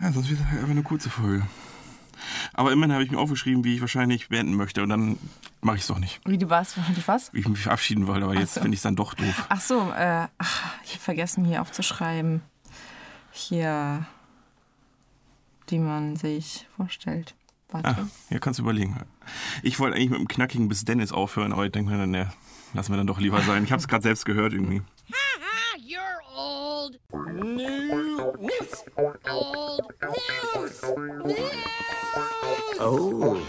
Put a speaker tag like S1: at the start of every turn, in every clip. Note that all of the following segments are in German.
S1: Ja, sonst wird das halt einfach eine kurze Folge. Aber immerhin habe ich mir aufgeschrieben, wie ich wahrscheinlich beenden möchte. Und dann mache ich es doch nicht.
S2: Wie du warst, du was?
S1: Wie ich mich verabschieden wollte, aber jetzt
S2: so.
S1: finde ich es dann doch doof.
S2: Ach so, äh, ach, ich hab vergessen hier aufzuschreiben. Hier, die man sich vorstellt.
S1: Ah,
S2: Warte.
S1: ja, kannst du überlegen. Ich wollte eigentlich mit dem knackigen bis Dennis aufhören, aber ich denke mir dann, ne, lassen wir dann doch lieber sein. Ich habe es gerade selbst gehört irgendwie.
S3: Haha, you're old. News. Old news. News.
S4: Oh.
S3: News.
S4: Oh.
S3: News.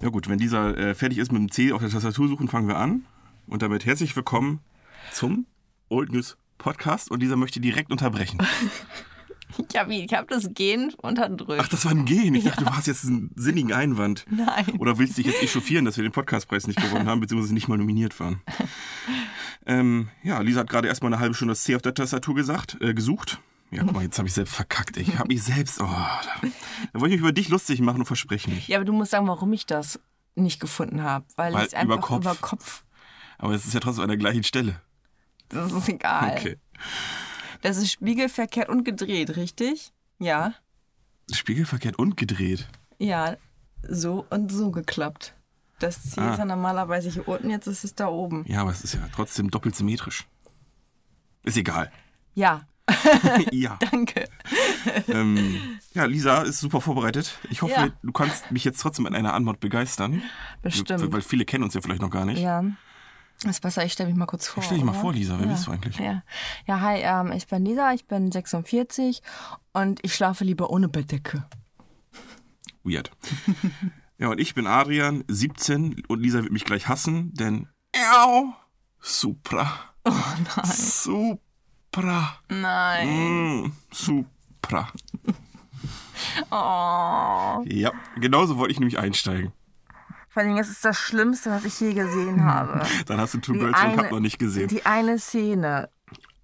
S1: Ja gut, wenn dieser äh, fertig ist mit dem C auf der Tastatur suchen, fangen wir an. Und damit herzlich willkommen zum Old News Podcast. Und dieser möchte direkt unterbrechen.
S2: Ich habe ich hab das Gen unterdrückt.
S1: Ach, das war ein Gehen. Ich dachte, du hast jetzt einen sinnigen Einwand.
S2: Nein.
S1: Oder willst dich jetzt echauffieren, dass wir den Podcastpreis nicht gewonnen haben, beziehungsweise nicht mal nominiert waren? Ähm, ja, Lisa hat gerade erstmal eine halbe Stunde das C auf der Tastatur gesagt, äh, gesucht. Ja, guck mal, jetzt habe ich selbst verkackt. ey. Ich habe mich selbst. Oh, da, da wollte ich mich über dich lustig machen und verspreche mich.
S2: Ja, aber du musst sagen, warum ich das nicht gefunden habe. Weil,
S1: Weil
S2: ich es einfach
S1: über Kopf.
S2: über Kopf.
S1: Aber es ist ja trotzdem an der gleichen Stelle.
S2: Das ist egal.
S1: Okay.
S2: Das ist spiegelverkehrt und gedreht, richtig? Ja.
S1: Spiegelverkehrt und gedreht.
S2: Ja, so und so geklappt. Das Ziel
S1: Ah.
S2: ist ja normalerweise hier unten, jetzt ist es da oben.
S1: Ja, aber es ist ja trotzdem doppelt symmetrisch. Ist egal.
S2: Ja,
S1: ja.
S2: danke.
S1: Ähm, ja, Lisa ist super vorbereitet. Ich hoffe,
S2: Ja.
S1: du kannst mich jetzt trotzdem mit einer Antwort begeistern.
S2: Bestimmt.
S1: Weil viele kennen uns ja vielleicht noch gar nicht.
S2: Ja. Ist besser, ich stelle mich mal kurz vor.
S1: Stell dich mal
S2: oder?
S1: vor, Lisa, wer
S2: ja.
S1: bist du eigentlich?
S2: Ja, ja hi, ähm, ich bin Lisa, ich bin 46 und ich schlafe lieber ohne Bettdecke.
S1: Weird. ja, und ich bin Adrian, 17 und Lisa wird mich gleich hassen, denn Au, Supra. Oh nein. Supra.
S2: Nein.
S1: Mm, Supra.
S2: Oh.
S1: Ja, genauso wollte ich nämlich einsteigen.
S2: Vor allem, das ist das Schlimmste, was ich je
S1: Mhm.
S2: gesehen habe.
S1: Dann hast du Two
S2: Die
S1: Girls One Cup
S2: eine-
S1: noch nicht gesehen.
S2: Die eine Szene,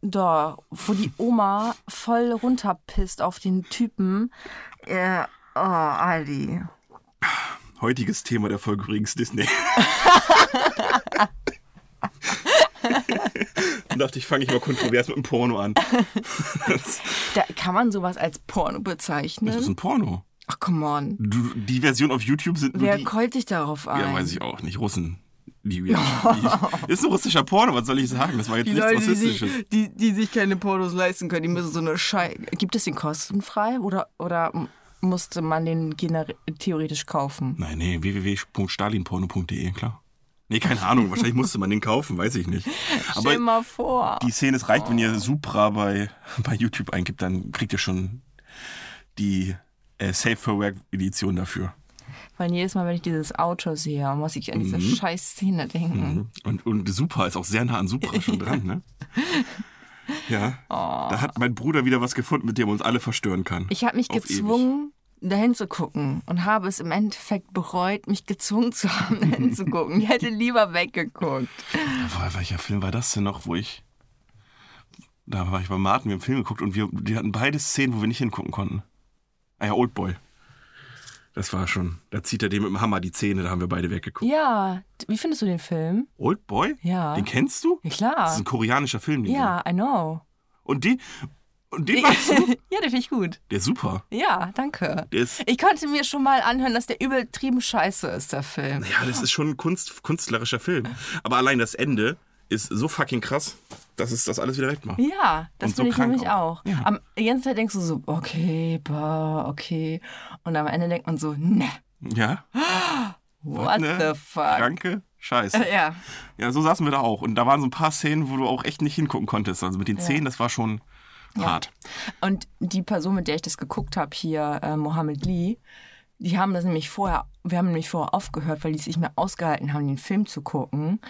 S2: da, wo die Oma voll runterpisst auf den Typen. Äh, oh, Aldi.
S1: Heutiges Thema der Folge übrigens Disney. Dann dachte ich, fange ich mal kontrovers mit dem Porno an.
S2: Da, kann man sowas als Porno
S1: Das ist
S2: bezeichnen?
S1: ein Porno.
S2: Ach, come on.
S1: Du, die Version auf YouTube sind nur
S2: Wer
S1: die
S2: keult dich darauf ein?
S1: Ja, weiß ich auch nicht. Russen. Die, die, ist ein russischer Porno, was soll ich sagen? Das war jetzt
S2: Die
S1: nichts
S2: Leute, die
S1: Rassistisches.
S2: sich, die, die sich keine Pornos leisten können, die müssen so eine Scheiße. Gibt es den kostenfrei oder, oder m- musste man den gener- theoretisch kaufen?
S1: Nein, nee, www.stalinporno.de, klar. Nee, keine Ahnung. Wahrscheinlich musste man den kaufen, weiß ich nicht.
S2: Stell dir
S1: Aber
S2: mal vor.
S1: die Szene, es reicht, wenn ihr Supra bei, bei YouTube eingibt, dann kriegt ihr schon die äh, Safe for Work Edition dafür.
S2: Weil jedes Mal, wenn ich dieses Auto sehe, muss ich an diese
S1: Mhm.
S2: Scheißszene denken.
S1: Und, und Supra ist auch sehr nah an Supra schon dran, ne? Ja. Da hat mein Bruder wieder was gefunden, mit dem er uns alle verstören kann.
S2: Oh. Ich habe mich
S1: Auf ewig.
S2: gezwungen, dahin zu gucken und habe es im Endeffekt bereut, mich gezwungen zu haben, dahin zu gucken. Ich hätte lieber weggeguckt.
S1: Boah, welcher Film war das denn noch, wo ich. Da war ich bei Martin, wir haben einen Film geguckt und wir die hatten beide Szenen, wo wir nicht hingucken konnten. Ah ja, Oldboy. Das war schon. Da zieht er dem mit dem Hammer die Zähne, da haben wir beide weggeguckt.
S2: Ja, wie findest du den Film?
S1: Oldboy?
S2: Ja.
S1: Den kennst du?
S2: Ja,
S1: Das ist
S2: klar.
S1: ein koreanischer Film. den
S2: Ja, I know.
S1: wir- Und den. Und den
S2: ja,
S1: weißt du?
S2: den finde ich gut.
S1: Der ist super.
S2: Ja, danke.
S1: Der ist.
S2: Ich konnte mir schon mal anhören, dass der übertrieben scheiße ist, der Film.
S1: Ja, das ist schon ein kunst, kunstlerischer Film. Aber allein das Ende ist so fucking krass, dass es das alles wieder wegmacht.
S2: Ja, das
S1: Und so
S2: finde ich
S1: krank
S2: nämlich
S1: auch.
S2: auch.
S1: Ja.
S2: Am die ganze Zeit denkst du so, okay, bah, okay. Und am Ende denkt man so, ne,
S1: Ja.
S2: what
S1: Ne?
S2: the fuck.
S1: Kranke Scheiße.
S2: Ja,
S1: Ja, so saßen wir da auch. Und da waren so ein paar Szenen, wo du auch echt nicht hingucken konntest. Also mit den Zähnen, das war schon hart.
S2: Und die Person, mit der ich das geguckt habe, hier, äh, Mohammed Lee, die haben das nämlich vorher, wir haben nämlich vorher aufgehört, weil die es nicht mehr ausgehalten haben, den Film zu gucken.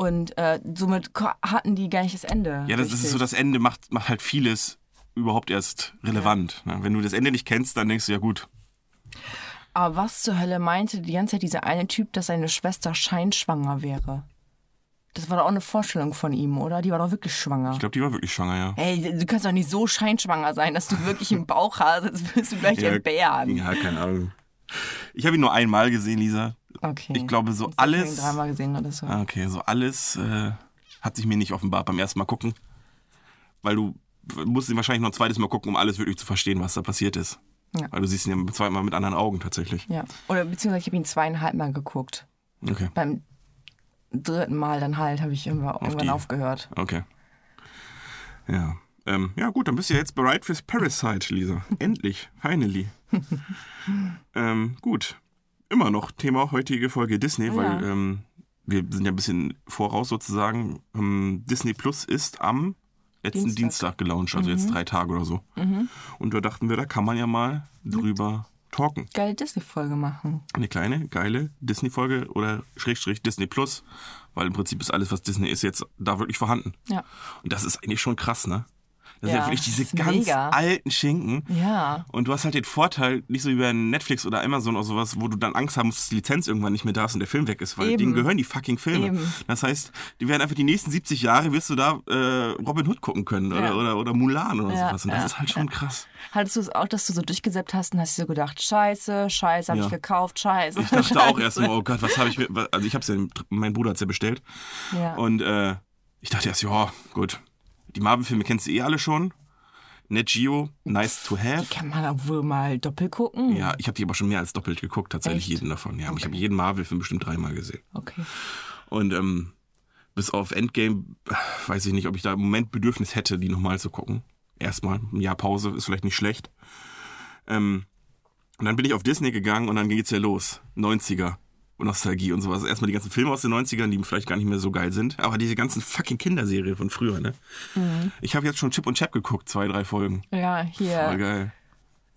S2: Und äh, somit ko- hatten die gar nicht das Ende.
S1: Ja, das, das
S2: richtig.
S1: ist so, das Ende macht, macht halt vieles überhaupt erst relevant. Ne? Wenn du das Ende nicht kennst, dann denkst du, ja gut,
S2: Aber was zur Hölle meinte die ganze Zeit dieser eine Typ, dass seine Schwester scheinschwanger wäre? Das war doch auch eine Vorstellung von ihm, oder? Die war doch wirklich schwanger.
S1: ich glaube, die war wirklich schwanger, ja.
S2: Ey, du kannst doch nicht so scheinschwanger sein, dass du wirklich einen Bauch hast, als würdest du gleich
S1: Ja,
S2: entbehren.
S1: Ja, keine Ahnung. Ich habe ihn nur einmal gesehen, Lisa.
S2: Okay.
S1: Ich glaube, so
S2: Das hab Ich
S1: alles-
S2: irgendwie dreimal gesehen oder so.
S1: Ah, Okay, so alles äh, hat sich mir nicht offenbart beim ersten Mal gucken. Weil du musst ihn wahrscheinlich noch ein zweites Mal gucken, um alles wirklich zu verstehen, was da passiert ist.
S2: Ja.
S1: Weil du siehst ihn ja beim zweiten Mal mit anderen Augen tatsächlich.
S2: Ja. Oder beziehungsweise ich habe ihn zweieinhalb Mal geguckt.
S1: Okay,
S2: Beim dritten Mal dann halt habe ich irgendwann, irgendwann
S1: die-
S2: aufgehört.
S1: okay. Ja. Ähm, ja, gut, dann bist du ja jetzt bereit fürs Parasite, Lisa. Endlich, finally. ähm, gut. Immer noch Thema heutige Folge Disney, weil
S2: Ja.
S1: ähm, wir sind ja ein bisschen voraus sozusagen. Ähm, Disney Plus ist am letzten
S2: Dienstag. Mhm.
S1: Dienstag, gelauncht, also jetzt drei Tage oder so. Und da dachten wir, da kann man ja mal drüber talken.
S2: Geile Disney-Folge machen.
S1: Eine kleine, geile Disney-Folge oder Schrägstrich Disney Plus, weil im Prinzip ist alles, was Disney ist, jetzt da wirklich vorhanden.
S2: Ja.
S1: Und das ist eigentlich schon krass, ne? Das sind
S2: Ja,
S1: ja wirklich diese
S2: das ist
S1: ganz
S2: mega.
S1: alten Schinken.
S2: Ja.
S1: Und du hast halt den Vorteil, nicht so wie bei Netflix oder Amazon oder sowas, wo du dann Angst haben musst, dass die Lizenz irgendwann nicht mehr da ist und der Film weg ist, weil
S2: Eben.
S1: denen gehören die fucking Filme.
S2: Eben.
S1: Das heißt, die werden einfach die nächsten 70 Jahre, wirst du da äh, Robin Hood gucken können
S2: Ja.
S1: oder, oder, oder Mulan oder
S2: Ja,
S1: sowas. Und das
S2: ja,
S1: ist halt schon krass.
S2: Hattest du es auch, dass du so durchgesäppt hast und hast dir so gedacht, scheiße, scheiße, habe
S1: Ja.
S2: ich gekauft, scheiße.
S1: Ich dachte auch erstmal, oh Gott, was habe ich mir. was- Also ich hab's ja, mein Bruder hat's ja bestellt.
S2: Ja.
S1: Und äh, ich dachte erst, ja, gut. Die Marvel-Filme kennst du eh alle schon. Net Geo, nice to have.
S2: Kann man da wohl mal doppelt gucken?
S1: Ja, ich habe die aber schon mehr als doppelt geguckt, tatsächlich
S2: Echt?
S1: jeden davon. Ja, ich habe jeden Marvel-Film bestimmt dreimal gesehen.
S2: Okay.
S1: Und ähm, bis auf Endgame äh, weiß ich nicht, ob ich da im Moment Bedürfnis hätte, die nochmal zu gucken. Erstmal, ein Jahr Pause ist vielleicht nicht schlecht. Ähm, und dann bin ich auf Disney gegangen und dann geht's ja los. 90er und Nostalgie und sowas. Erstmal die ganzen Filme aus den 90ern, die vielleicht gar nicht mehr so geil sind. Aber diese ganzen fucking Kinderserien von früher, ne?
S2: Mhm.
S1: Ich habe jetzt schon Chip und Chap geguckt, zwei, drei Folgen.
S2: Ja, hier.
S1: Voll geil.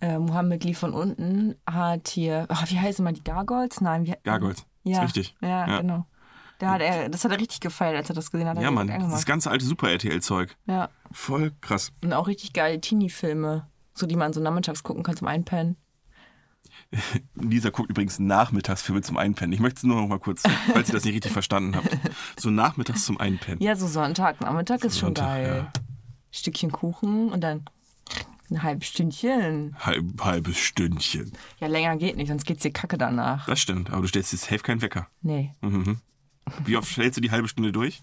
S2: äh, Mohammed Lee von unten hat hier, ah, wie heißen mal die Gargoyles? Nein, wie,
S1: Gargoyles.
S2: Ja,
S1: Ist richtig.
S2: Ja, genau. Da hat er, das hat er richtig gefeiert, als er das gesehen hat. hat
S1: Ja,
S2: er
S1: Mann,
S2: direkt
S1: das
S2: angemacht.
S1: ganze alte Super-RTL-Zeug.
S2: ja.
S1: Voll krass.
S2: Und auch richtig geile Teenie-Filme, so die man so nachmittags gucken kann zum Einpennen.
S1: Lisa guckt übrigens Nachmittagsfilme zum Einpennen. Ich möchte es nur noch mal kurz, falls ihr das nicht richtig verstanden habt. So nachmittags zum Einpennen.
S2: Ja, so Sonntag, Nachmittag ist schon
S1: Sonntag,
S2: geil. Stückchen Kuchen und dann ein halbes Stündchen.
S1: Halb, halbes Stündchen.
S2: Ja, länger geht nicht, sonst geht's dir kacke danach.
S1: Das stimmt, aber du stellst dir safe keinen Wecker.
S2: Nee.
S1: Wie oft stellst du die halbe Stunde durch?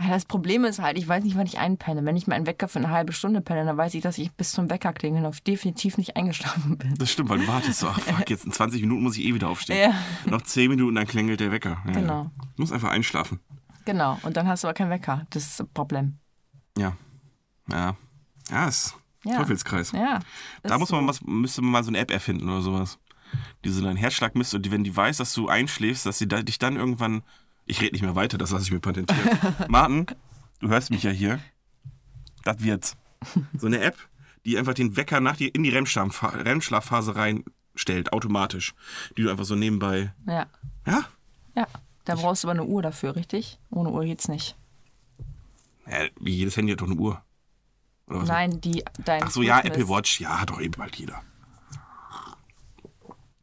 S2: Ja, Das Problem ist halt, ich weiß nicht, wann ich einpenne. Wenn ich meinen Wecker für eine halbe Stunde penne, dann weiß ich, dass ich bis zum Wecker klingeln auf definitiv nicht eingeschlafen bin.
S1: Das stimmt, weil du wartest so, ach fuck, jetzt in 20 Minuten muss ich eh wieder aufstehen.
S2: Ja.
S1: Noch 10 Minuten, dann klingelt der Wecker. Ja,
S2: Genau.
S1: Ja. Du musst einfach einschlafen.
S2: Genau, und dann hast du aber keinen Wecker. Das ist das Problem.
S1: Ja. Ja. Ja, ist
S2: Ja.
S1: Teufelskreis.
S2: Ja.
S1: Da muss man was, müsste man mal so eine App erfinden oder sowas. Die so deinen Herzschlag misst und die, wenn die weiß, dass du einschläfst, dass sie da, dich dann irgendwann. Ich rede nicht mehr weiter, das lasse ich mir patentieren. Martin, du hörst mich ja hier. Das wird's. So eine App, die einfach den Wecker nach dir in die REM-Schlaf- REM-Schlafphase reinstellt, automatisch. Die du einfach so nebenbei.
S2: Ja.
S1: Ja.
S2: ja. Da brauchst du aber eine Uhr dafür, richtig? Ohne Uhr geht's nicht.
S1: ja wie jedes Handy hat doch eine Uhr. Oder was?
S2: Nein, die dein.
S1: Ach so, ja,
S2: Puls
S1: Apple
S2: misst.
S1: Watch, ja, hat doch eben bald jeder.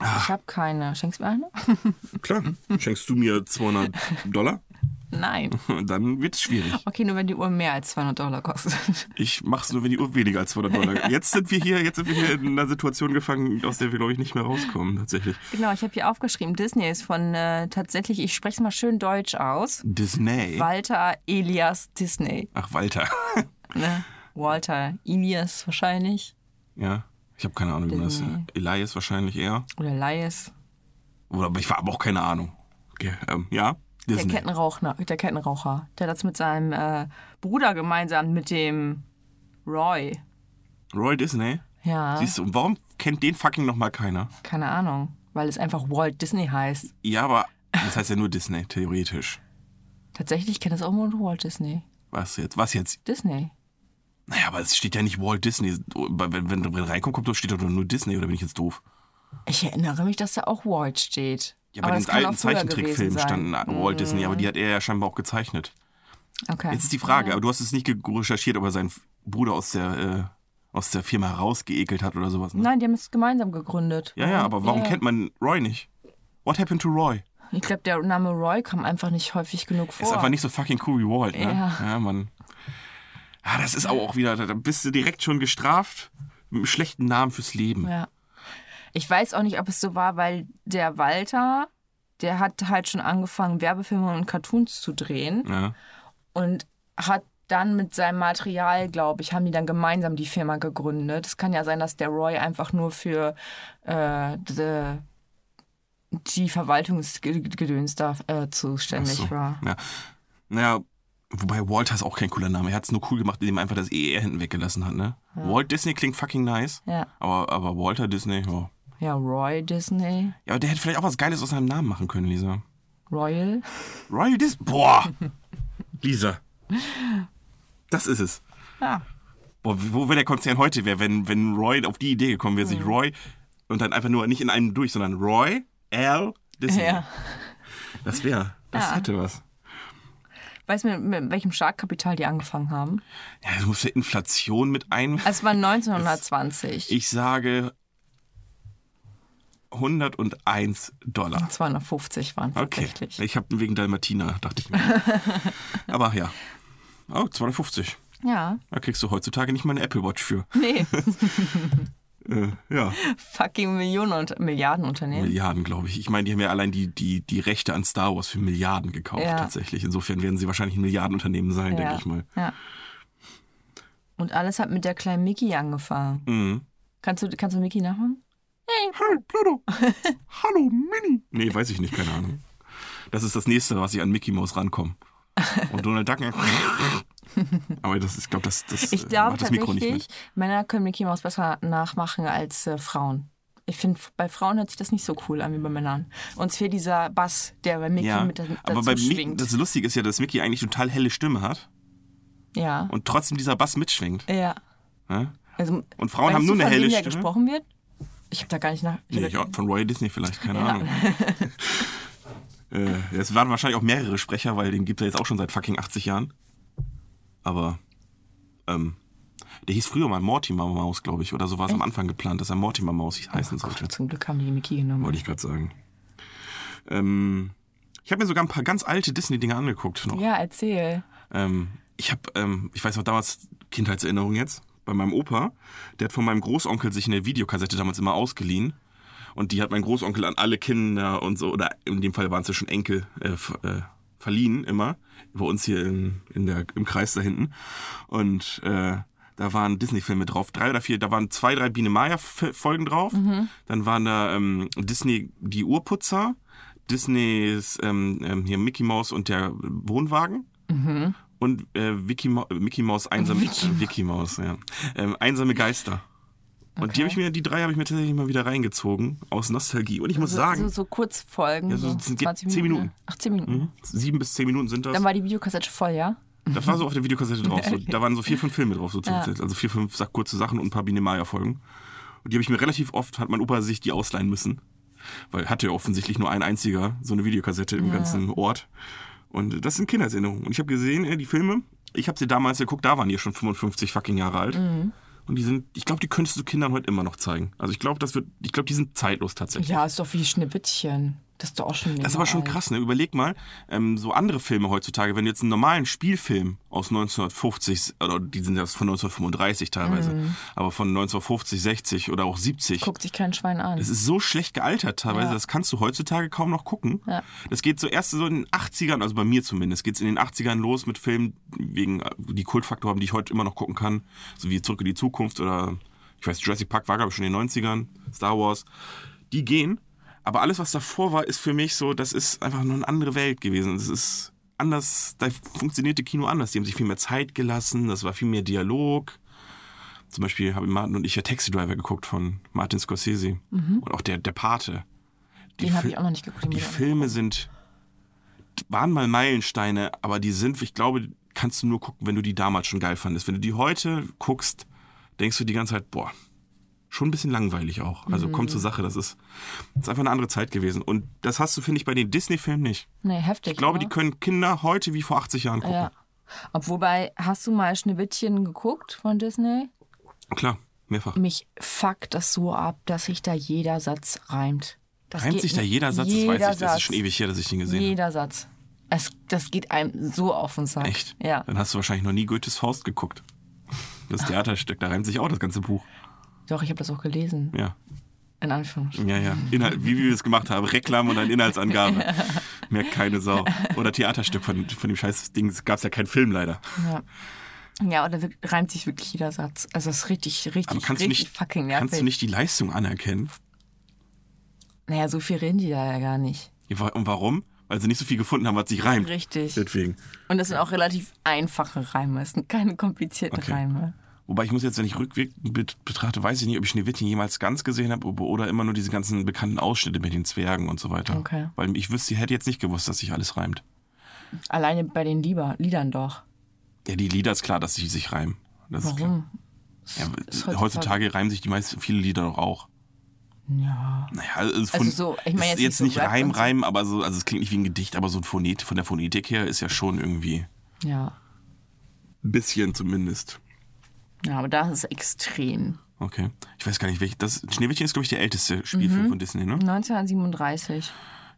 S2: Ich habe keine. Schenkst du mir eine?
S1: Klar, schenkst du mir 200 Dollar,
S2: Nein.
S1: dann wird's schwierig.
S2: Okay, nur wenn die Uhr mehr als 200 Dollar kostet.
S1: Ich mach's nur, wenn die Uhr weniger als 200 Dollar. Jetzt sind wir hier, jetzt sind wir hier in einer Situation gefangen, aus der wir glaube ich nicht mehr rauskommen tatsächlich.
S2: genau, ich habe hier aufgeschrieben, Disney ist von äh, tatsächlich, ich spreche es mal schön deutsch aus.
S1: Disney.
S2: Walter Elias Disney.
S1: Ach Walter.
S2: Ne? Walter Elias wahrscheinlich.
S1: Ja, ich habe keine Ahnung, wie man das.
S2: Disney.
S1: Elias wahrscheinlich eher.
S2: Oder Elias.
S1: Oder aber ich war aber auch keine Ahnung. Okay, ähm, ja,
S2: Der
S1: Disney.
S2: Kettenraucher, der Kettenraucher. Der hat das mit seinem äh, Bruder gemeinsam mit dem Roy.
S1: Roy Disney.
S2: Ja.
S1: Siehst du, und warum kennt den fucking noch mal keiner?
S2: Keine Ahnung, weil es einfach Walt Disney heißt.
S1: Ja, aber das heißt ja nur Disney theoretisch.
S2: Tatsächlich kennt es auch nur Walt Disney.
S1: Was jetzt? Was jetzt?
S2: Disney.
S1: Naja, aber es steht ja nicht Walt Disney. Wenn, wenn, wenn reinkommt, kommt, doch- steht doch nur Disney, oder bin ich jetzt doof?
S2: Ich erinnere mich, dass da auch Walt steht.
S1: Ja, bei den
S2: das kann
S1: alten
S2: auch früher gewesen
S1: Zeichentrickfilmen
S2: sein. Mhm.
S1: standen Walt Disney, aber die hat er ja scheinbar auch gezeichnet.
S2: Okay.
S1: Jetzt ist die Frage, aber du hast es nicht ge- recherchiert, ob er seinen Bruder aus der, äh, aus der Firma rausgeekelt hat oder sowas. Ne?
S2: Nein, die haben es gemeinsam gegründet.
S1: Ja, ja, aber warum
S2: Ja.
S1: kennt man Roy nicht? What happened to Roy?
S2: Ich glaube, der Name Roy kam einfach nicht häufig genug vor.
S1: Ist einfach nicht so fucking cool wie Walt, ne?
S2: Oh. Ja.
S1: Ja, Mann. Ah, das ist aber auch wieder, da da bist du direkt schon gestraft mit einem schlechten Namen fürs Leben.
S2: Ja. Ich weiß auch nicht, ob es so war, weil der Walter, der hat halt schon angefangen, Werbefilme und Cartoons zu drehen
S1: Ja.
S2: und hat dann mit seinem Material, glaube ich, haben die dann gemeinsam die Firma gegründet. Es kann ja sein, dass der Roy einfach nur für äh, die, die Verwaltungsgedöns da äh, zuständig
S1: Ach so.
S2: war.
S1: Ja. Naja, wobei Walter ist auch kein cooler Name. Er hat es nur cool gemacht, indem er einfach das ER hinten weggelassen hat, ne? Walt Disney klingt fucking nice,
S2: Ja.
S1: aber, aber Walter Disney, ja.
S2: ja, Roy Disney,
S1: Ja, aber der hätte vielleicht auch was Geiles aus seinem Namen machen können, Lisa.
S2: Royal.
S1: Royal Disney. Boah! Lisa. Das ist es.
S2: Ja.
S1: Boah, wo wäre der Konzern heute wäre, wenn, wenn Roy auf die Idee gekommen wäre,
S2: Mhm.
S1: sich Roy und dann einfach nur nicht in einem durch, sondern Roy L. Disney.
S2: ja.
S1: Das wäre, das
S2: Ja.
S1: hätte was.
S2: Weißt du, mit, mit welchem Startkapital die angefangen haben?
S1: Ja, du musst ja Inflation mit ein.
S2: Also es war 1920.
S1: Ich sage 101 Dollar.
S2: 250 waren
S1: Okay.
S2: tatsächlich.
S1: Ich habe wegen Dalmatiner, dachte ich mir. Aber ja. Oh, 250.
S2: Ja.
S1: Da kriegst du heutzutage nicht mal eine Apple Watch für.
S2: Nee,
S1: Äh, ja,
S2: fucking Millionen und Milliardenunternehmen.
S1: Milliarden, glaube ich. Ich meine, die haben ja allein die, die, die Rechte an Star Wars für Milliarden gekauft,
S2: Ja.
S1: tatsächlich. Insofern werden sie wahrscheinlich ein Milliardenunternehmen sein, denke ich mal.
S2: Ja. Und alles hat mit der kleinen Mickey angefangen.
S1: Mhm.
S2: Kannst du, kannst du Mickey nachmachen?
S1: Hey, Pluto! Hallo, Mini! Nee, weiß ich nicht, keine Ahnung. Das ist das nächste, was ich an Mickey Mouse rankomme. Und Donald Duck. ne? Aber das ist, glaube das, das
S2: Ich
S1: äh,
S2: glaube
S1: macht das Mikro nicht
S2: tatsächlich,
S1: mit.
S2: Männer können Mickey Mouse besser nachmachen als äh, Frauen. Ich finde, bei Frauen hört sich das nicht so cool an wie bei Männern. Uns fehlt dieser Bass, der bei Mickey
S1: Ja,
S2: mit da- dazu
S1: aber bei Mickey,
S2: schwingt.
S1: das Lustige ist ja, dass Mickey eigentlich total helle Stimme hat
S2: ja.
S1: und trotzdem dieser Bass mitschwingt.
S2: ja.
S1: ne?
S2: Also,
S1: Und Frauen
S2: weißt
S1: haben nur
S2: du,
S1: eine
S2: von
S1: helle
S2: wem der
S1: Stimme?
S2: gesprochen wird? Ich habe da gar nicht nach. ich
S1: Nee,
S2: hab-
S1: ja, von Roy Disney vielleicht, keine
S2: Ja.
S1: Ahnung. Äh, es waren wahrscheinlich auch mehrere Sprecher, weil den gibt er jetzt auch schon seit fucking 80 Jahren. Aber ähm, der hieß früher mal Mortimer Maus, glaube ich, oder so war es am Anfang geplant, dass er Mortimer Maus
S2: Oh
S1: heißen sollte.
S2: Zum Glück haben die Mickey genommen.
S1: Wollte ich gerade sagen. Ähm, ich habe mir sogar ein paar ganz alte Disney-Dinger angeguckt noch.
S2: Ja, erzähl.
S1: Ähm, ich habe, ähm, ich weiß noch damals, Kindheitserinnerung jetzt, bei meinem Opa, der hat von meinem Großonkel sich eine Videokassette damals immer ausgeliehen. Und die hat mein Großonkel an alle Kinder und so, oder in dem Fall waren es ja schon Enkel, äh, ver- äh, verliehen immer. Bei uns hier in, in der, im Kreis da hinten. Und äh, da waren Disney-Filme drauf. Drei oder vier, da waren zwei, drei Biene Maya-Folgen drauf. Dann waren da ähm, Disney die Urputzer, Disneys ähm, ähm, hier Mickey Mouse und der Wohnwagen und äh, Vicky Mo äh, Mickey Mouse einsame
S2: Vicky
S1: äh, Vicky Maus, ja. ähm, einsame Geister. Und die habe ich mir, die drei habe ich mir tatsächlich mal wieder reingezogen aus Nostalgie. Und ich muss
S2: So,
S1: sagen,
S2: so, so Kurzfolgen.
S1: Ja, so
S2: so
S1: zehn-
S2: 20
S1: zehn
S2: Minuten.
S1: Minuten. Mhm.
S2: Ach, 10 Minuten.
S1: sieben bis zehn Minuten sind das.
S2: Dann war die Videokassette schon voll, ja?
S1: Das war so auf der Videokassette drauf. So, da waren so vier, fünf Filme drauf, so zusätzlich. also vier, fünf sag, kurze Sachen und ein paar Biene Maya Folgen. Und die habe ich mir relativ oft, hat mein Opa sich die ausleihen müssen, weil hatte ja offensichtlich nur ein einziger so eine Videokassette im ganzen Ort. Und das sind Kindheitserinnerungen. Und ich habe gesehen, äh, die Filme, ich habe sie damals geguckt, da waren die schon 55 fucking Jahre alt. Und die sind, ich glaube, die könntest du Kindern heute immer noch zeigen. Also ich glaube, das wird, ich glaube, die sind zeitlos tatsächlich.
S2: Ja, ist doch wie Schneewittchen. Das ist doch auch schon
S1: Das ist aber schon
S2: überall.
S1: krass, ne? Überleg mal, ähm, so andere Filme heutzutage, wenn du jetzt einen normalen Spielfilm aus 1950, oder die sind ja von 1935 teilweise, aber von 1950, 60 oder auch 70.
S2: Guckt sich kein Schwein an.
S1: Das ist so schlecht gealtert teilweise,
S2: Ja.
S1: das kannst du heutzutage kaum noch gucken.
S2: Ja.
S1: Das geht so erst so in den 80ern, also bei mir zumindest, geht es in den 80ern los mit Filmen, wegen äh, die Kultfaktoren, die ich heute immer noch gucken kann, so wie Zurück in die Zukunft oder ich weiß, Jurassic Park war glaube ich schon in den 90ern, Star Wars, die gehen. Aber alles, was davor war, ist für mich so, das ist einfach nur eine andere Welt gewesen. Das ist anders, da funktionierte Kino anders. Die haben sich viel mehr Zeit gelassen, das war viel mehr Dialog. Zum Beispiel haben Martin und ich ja Taxi Driver geguckt von Martin Scorsese und auch der, der Pate. Die
S2: Mhm. Den habe
S1: Fil-
S2: ich auch noch nicht geguckt. den
S1: die
S2: muss ich auch-
S1: Filme sind, waren mal Meilensteine, aber die sind, ich glaube, kannst du nur gucken, wenn du die damals schon geil fandest. Wenn du die heute guckst, denkst du die ganze Zeit, boah, schon ein bisschen langweilig auch. Also kommt
S2: Mhm.
S1: zur Sache, das ist, das ist einfach eine andere Zeit gewesen. Und das hast du, finde ich, bei den Disney-Filmen nicht.
S2: Nee, heftig.
S1: Ich glaube, die
S2: oder?
S1: können Kinder heute wie vor 80 Jahren gucken.
S2: Ja. Obwohl, bei, hast du mal Schneewittchen geguckt von Disney?
S1: Klar, mehrfach.
S2: Mich fuckt das so ab, dass sich da jeder Satz reimt. Das
S1: Reimt
S2: geht
S1: sich da
S2: nicht.
S1: jeder Satz?
S2: Jeder
S1: das weiß ich, das
S2: Satz.
S1: ist schon ewig her, dass ich den gesehen habe.
S2: Jeder Satz. Es, das geht einem so auf den Sack.
S1: Echt?
S2: Ja.
S1: Dann hast du wahrscheinlich noch nie Goethes Faust geguckt. Das Theaterstück, da reimt sich auch das ganze Buch.
S2: Doch, ich habe das auch gelesen.
S1: Ja.
S2: In Anführungsstrichen.
S1: Ja, ja. Inhalt, wie wir es gemacht haben. Reklam und dann Inhaltsangabe. Merkt keine Sau. Oder Theaterstück von, von dem scheiß Ding. Gab es ja keinen Film leider.
S2: Ja. Ja, oder wirk- reimt sich wirklich jeder Satz. Also das ist richtig, richtig,
S1: Aber kannst, du
S2: richtig
S1: nicht,
S2: fucking nervig.
S1: kannst du nicht die Leistung anerkennen?
S2: Naja, so viel reden die da ja gar nicht.
S1: Ja, wa- Und warum? Weil sie nicht so viel gefunden haben, was sich reimt.
S2: Richtig.
S1: Deswegen.
S2: Und das sind auch relativ einfache Reime. Es sind keine komplizierten
S1: Okay.
S2: Reime.
S1: Wobei ich muss jetzt, wenn ich rückwirkend bet- betrachte, weiß ich nicht, ob ich Schneewittchen jemals ganz gesehen habe ob- oder immer nur diese ganzen bekannten Ausschnitte mit den Zwergen und so weiter.
S2: Okay.
S1: Weil ich wüsste, ich hätte jetzt nicht gewusst, dass sich alles reimt.
S2: Alleine bei den Lieber, Liedern doch.
S1: Ja, die Lieder ist klar, dass sie sich reimen. Das Ist klar.
S2: Warum?
S1: Ja,
S2: Ist
S1: heutzutage, reimen sich die meisten viele Lieder doch auch.
S2: Ja.
S1: Naja, also,
S2: Also so, ich meine
S1: ist
S2: jetzt nicht
S1: jetzt
S2: so
S1: nicht
S2: Rap
S1: Reim,
S2: und so.
S1: Reim, aber so, also es klingt nicht wie ein Gedicht, aber so ein Phonet, von der Phonetik her ist ja schon irgendwie
S2: Ja.
S1: ein bisschen zumindest.
S2: Ja, aber das ist extrem.
S1: Okay. Ich weiß gar nicht, welch. Das Schneewittchen ist, glaube ich, der älteste
S2: Mhm.
S1: Spielfilm von Disney, ne?
S2: 1937.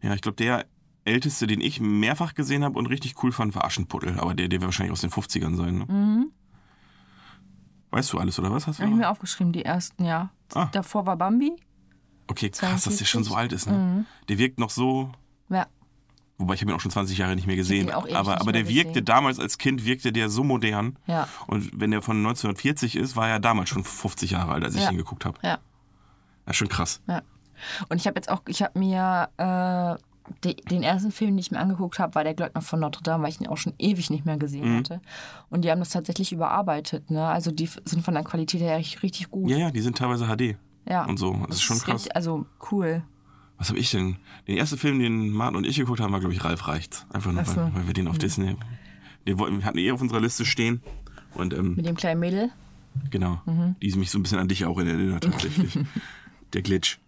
S1: Ja, ich glaube, der älteste, den ich mehrfach gesehen habe und richtig cool fand, war Aschenputtel. Aber der, der wird wahrscheinlich aus den 50ern sein. Ne? Weißt du alles, oder was? Hast du
S2: Habe Mhm. ich mir
S1: noch-
S2: aufgeschrieben, die ersten, ja.
S1: Ah.
S2: Davor war Bambi.
S1: Okay, krass, dass der schon so
S2: 42.
S1: alt ist. Ne?
S2: Mhm.
S1: Der wirkt noch so.
S2: Ja.
S1: Wobei ich habe ihn auch schon 20 Jahre nicht mehr gesehen.
S2: ihn auch ewig
S1: aber
S2: nicht
S1: aber
S2: mehr
S1: der wirkte
S2: gesehen.
S1: damals als Kind, wirkte der so modern.
S2: Ja.
S1: Und wenn der von 1940 ist, war er damals schon 50 Jahre alt, als ich
S2: Ja.
S1: ihn geguckt habe.
S2: Ja.
S1: Ja, schon krass.
S2: Ja. Und ich habe jetzt auch, ich habe mir äh, de, den ersten Film, den ich mir angeguckt habe, war der Glöckner von Notre Dame, weil ich ihn auch schon ewig nicht mehr
S1: Mhm.
S2: gesehen hatte. Und die haben das tatsächlich überarbeitet, ne? Also die f- sind von der Qualität her echt richtig gut.
S1: Ja, ja, die sind teilweise HD.
S2: Ja.
S1: Und so. Das ist schon krass.
S2: richtig- also cool.
S1: Was habe ich denn? Den ersten Film, den Martin und ich geguckt haben, war, glaube ich, Ralf Reichts. Einfach nur,
S2: Ach so. Mhm.
S1: weil, weil wir den auf Disney. Den wollten, wir hatten eh auf unserer Liste stehen. Und ähm,
S2: Mit dem kleinen Mädel.
S1: genau,
S2: Mhm.
S1: die ist mich so ein bisschen an dich auch erinnert, tatsächlich. Der Glitch.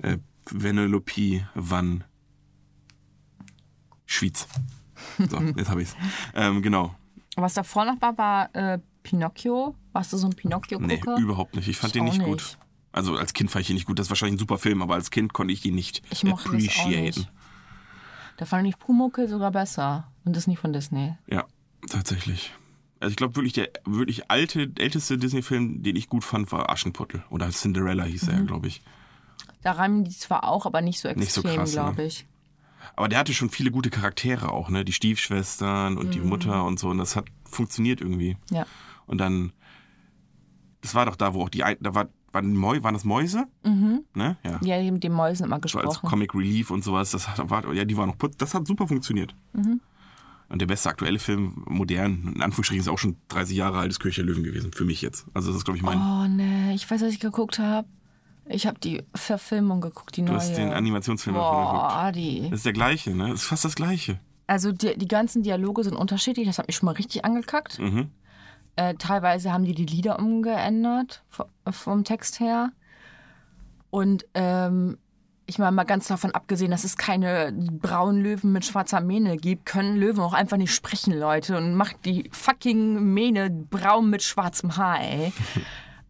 S1: Äh, Penelope Van Schwyz. So, jetzt habe ich's. Ähm, genau.
S2: Was davor noch war, war äh, Pinocchio. Warst du so ein
S1: Nee,
S2: Pinocchio-Gucker?
S1: überhaupt nicht. Ich fand
S2: Ich
S1: den
S2: auch
S1: nicht, gut.
S2: nicht.
S1: Also als Kind fand ich ihn nicht gut. Das ist wahrscheinlich ein super Film, aber als Kind konnte ich ihn nicht
S2: Ich mochte das auch nicht. da fand ich Pumuckel sogar besser. Und das nicht von Disney.
S1: Ja, tatsächlich. Also ich glaube wirklich der wirklich alte, älteste Disney-Film, den ich gut fand, war Aschenputtel. Oder Cinderella hieß er,
S2: Mhm.
S1: glaube ich.
S2: Da reimen die zwar auch, aber nicht so
S1: Nicht so
S2: extrem,
S1: krass, ne?
S2: glaube ich.
S1: Aber der hatte schon viele gute Charaktere auch, ne? Die Stiefschwestern und die
S2: Mhm.
S1: Mutter und so. Und das hat funktioniert irgendwie.
S2: Ja.
S1: Und dann, das war doch da, wo auch die, ein- da war, waren, Mäu, waren das Mäuse? Ne? Ja.
S2: Mhm. Die haben mit den Mäusen immer
S1: So als
S2: gesprochen.
S1: Comic Relief und sowas. Das hat, war, ja, die waren noch putz. Das hat super funktioniert.
S2: Mhm.
S1: Und der beste aktuelle Film, modern, in Anführungsstrichen, ist auch schon 30 Jahre alt, ist König der Löwen gewesen, für mich jetzt. Also das ist, glaube ich, mein...
S2: Oh ne, ich weiß, was ich geguckt habe. Ich habe die Verfilmung geguckt, die
S1: Du
S2: neue.
S1: hast den Animationsfilm davon
S2: Boah,
S1: geguckt.
S2: Adi.
S1: Das ist der gleiche, ne? Das ist fast das gleiche.
S2: Also die, die ganzen Dialoge sind unterschiedlich, das hat mich schon mal richtig angekackt.
S1: Mhm.
S2: Äh, teilweise haben die die Lieder umgeändert vom, vom Text her. Und ähm, ich meine mal ganz davon abgesehen, dass es keine braunen Löwen mit schwarzer Mähne gibt, können Löwen auch einfach nicht sprechen, Leute. Und macht die fucking Mähne braun mit schwarzem Haar, ey.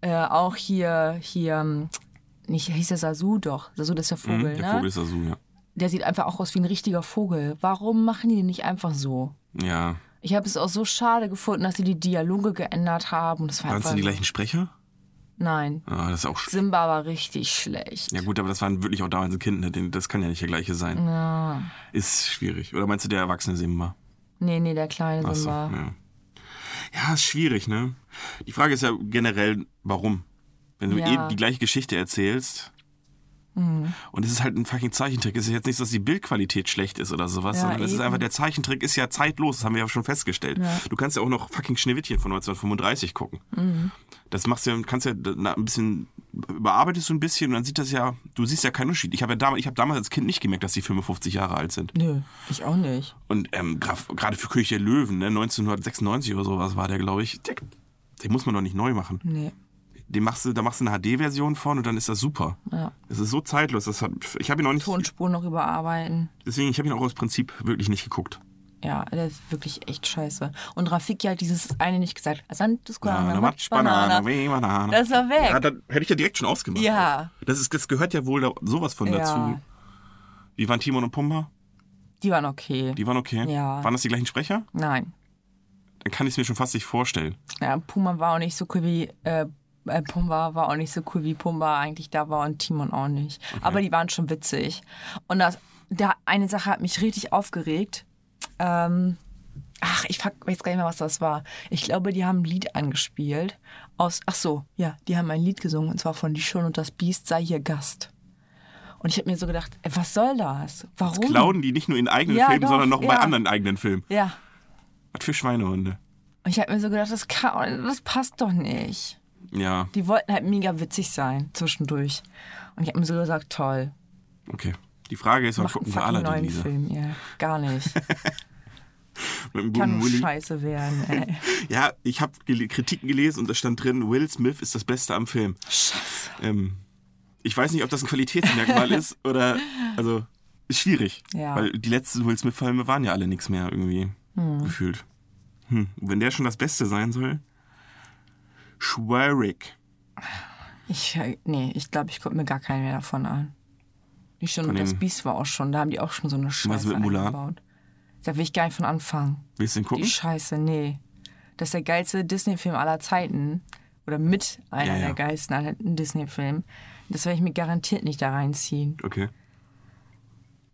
S2: äh, auch hier, hier, ähm, nicht, hieß der Sasu doch. Sasu, das ist der
S1: Mhm,
S2: Vogel,
S1: der
S2: ne?
S1: Vogel ist also, ja.
S2: der sieht einfach auch aus wie ein richtiger Vogel. Warum machen die den nicht einfach so?
S1: Ja.
S2: Ich habe es auch so schade gefunden, dass sie die Dialoge geändert haben. Das war
S1: Waren es
S2: einfach,
S1: denn die gleichen Sprecher?
S2: Nein,
S1: Ah, das ist auch... sch-
S2: Simba war richtig schlecht.
S1: Ja gut, aber das waren wirklich auch damals ein Kind, ne? Den- Das kann ja nicht der gleiche sein.
S2: Mhm.
S1: Ist schwierig. Oder meinst du der erwachsene Simba?
S2: Nee, nee, der kleine
S1: Achso,
S2: Simba.
S1: ja. Ja, ist schwierig, ne? Die Frage ist ja generell, warum? Wenn du
S2: Ja. Mhm.
S1: eh die gleiche Geschichte erzählst. Und es ist halt ein fucking Zeichentrick. Es ist jetzt nicht so, dass die Bildqualität schlecht ist oder sowas,
S2: Ja,
S1: sondern es ist
S2: eben.
S1: einfach, der Zeichentrick ist ja zeitlos, das haben wir ja schon festgestellt. Du kannst ja auch noch fucking Schneewittchen von 1935 gucken.
S2: Mhm.
S1: Das machst du ja, kannst ja na, ein bisschen, überarbeitest du ein bisschen und dann sieht das ja, du siehst ja keinen Unterschied. Ich habe ja damals, ich habe damals als Kind nicht gemerkt, dass die Filme 50 Jahre alt sind.
S2: Nö, ich auch nicht.
S1: Und ähm, graf- gerade für König der Löwen, ne, 1996 oder sowas war der, glaube ich. Der, den muss man doch nicht neu machen.
S2: Nee.
S1: Den machst du, da machst du eine HD-Version von und dann ist das super.
S2: Ja.
S1: Das ist so zeitlos. Das hat, ich habe ihn auch nicht.
S2: Tonspuren noch überarbeiten.
S1: Deswegen, ich habe ihn auch aus Prinzip wirklich nicht geguckt.
S2: Ja, der ist wirklich echt scheiße. Und Rafiki hat dieses eine nicht gesagt. Asantus
S1: Ah,
S2: Banana,
S1: Matsch, Banane, weh, Banane.
S2: Das war weg.
S1: Ja, dann hätte ich ja direkt schon ausgemacht.
S2: Ja.
S1: Das, ist, das gehört ja wohl da, sowas von
S2: Ja.
S1: dazu. Wie waren Timon und Pumba?
S2: Die waren okay.
S1: Die waren okay.
S2: Ja.
S1: Waren das die gleichen Sprecher?
S2: Nein.
S1: Dann kann ich es mir schon fast nicht vorstellen.
S2: Ja, Puma war auch nicht so cool wie äh, äh, Pumba war auch nicht so cool, wie Pumba eigentlich da war und Timon auch nicht. Aber die waren schon witzig. Und das, da eine Sache hat mich richtig aufgeregt. Ähm, ach, ich frag, weiß gar nicht mehr, was das war. Ich glaube, die haben ein Lied angespielt. Aus, ach so, ja, die haben ein Lied gesungen und zwar von Die Schon und das Biest sei hier Gast. Und ich habe mir so gedacht, ey, was soll das? Warum?
S1: Klauen die nicht nur in eigenen
S2: Oh. Ja,
S1: Filmen,
S2: doch,
S1: sondern noch bei
S2: ja.
S1: anderen eigenen Filmen.
S2: Ja.
S1: Was für Schweinehunde.
S2: Und ich habe mir so gedacht, das, kann, das passt doch nicht.
S1: Ja,
S2: Die wollten halt mega witzig sein zwischendurch. Und ich habe mir so gesagt, toll,
S1: okay. Die Frage ist, wann
S2: mach einen
S1: gucken wir
S2: fucking
S1: Aladdin,
S2: neuen
S1: Lisa?
S2: Film. Ja, gar nicht.
S1: Mit dem
S2: Kann
S1: guten
S2: nur
S1: Willy.
S2: scheiße werden, ey.
S1: Ja, ich habe gele- Kritiken gelesen und da stand drin, Will Smith ist das Beste am Film.
S2: Scheiße.
S1: Ähm, ich weiß nicht, ob das ein Qualitätsmerkmal ist oder. Also, ist schwierig.
S2: Ja.
S1: Weil die letzten Will Smith-Filme waren ja alle nichts mehr irgendwie gefühlt. Hm. Wenn der schon das Beste sein soll. Schwierig.
S2: Ich, äh, nee, ich glaube, ich gucke mir gar keinen mehr davon an. Die schon und
S1: Von
S2: das
S1: den-
S2: Biest war auch schon, da haben die auch schon so eine Scheiße
S1: mit Mulan?
S2: eingebaut. Da will ich gar nicht von anfangen.
S1: Willst du den
S2: Die
S1: gucken?
S2: Scheiße, nee. Das ist der geilste Disney-Film aller Zeiten. Oder mit einer
S1: Ja, ja.
S2: der geilsten aller Disney-Filme. Das werde ich mir garantiert nicht da reinziehen.
S1: Okay.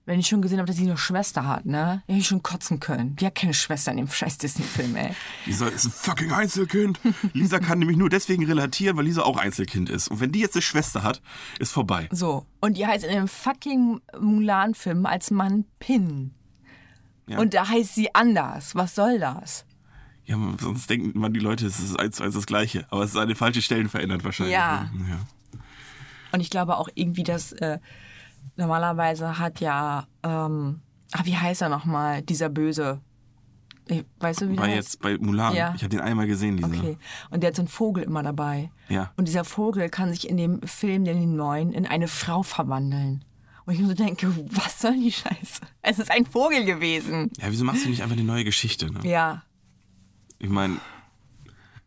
S2: Wenn ich schon gesehen habe, dass sie eine Schwester hat, ne? Hätte ich schon kotzen können. Die hat keine Schwester in dem scheiß Disney-Film, ey.
S1: Lisa ist ein fucking Einzelkind. Lisa kann nämlich nur deswegen relatieren, weil Lisa auch Einzelkind ist. Und wenn die jetzt eine Schwester hat, ist vorbei.
S2: So. Und die heißt in dem fucking Mulan-Film als Mann Pin.
S1: Ja.
S2: Und da heißt sie anders. Was soll das?
S1: Ja, sonst denken man die Leute, es ist eins zu eins das Gleiche. Aber es ist an den falschen Stellen verändert wahrscheinlich.
S2: Ja.
S1: ja.
S2: Und ich glaube auch irgendwie, dass äh, normalerweise hat ja, ähm, ah, wie heißt er nochmal, dieser Böse. Ich- Weißt du, wie der
S1: War
S2: heißt?
S1: jetzt bei Mulan.
S2: Ja.
S1: Ich habe den einmal gesehen, Lisa.
S2: Okay. Und der hat so einen Vogel immer dabei.
S1: Ja.
S2: Und dieser Vogel kann sich in dem Film, in den neuen, in eine Frau verwandeln. Und ich mir so denke, was soll die Scheiße? Es ist ein Vogel gewesen.
S1: Ja, wieso machst du nicht einfach eine neue Geschichte? Ne?
S2: Ja.
S1: Ich meine,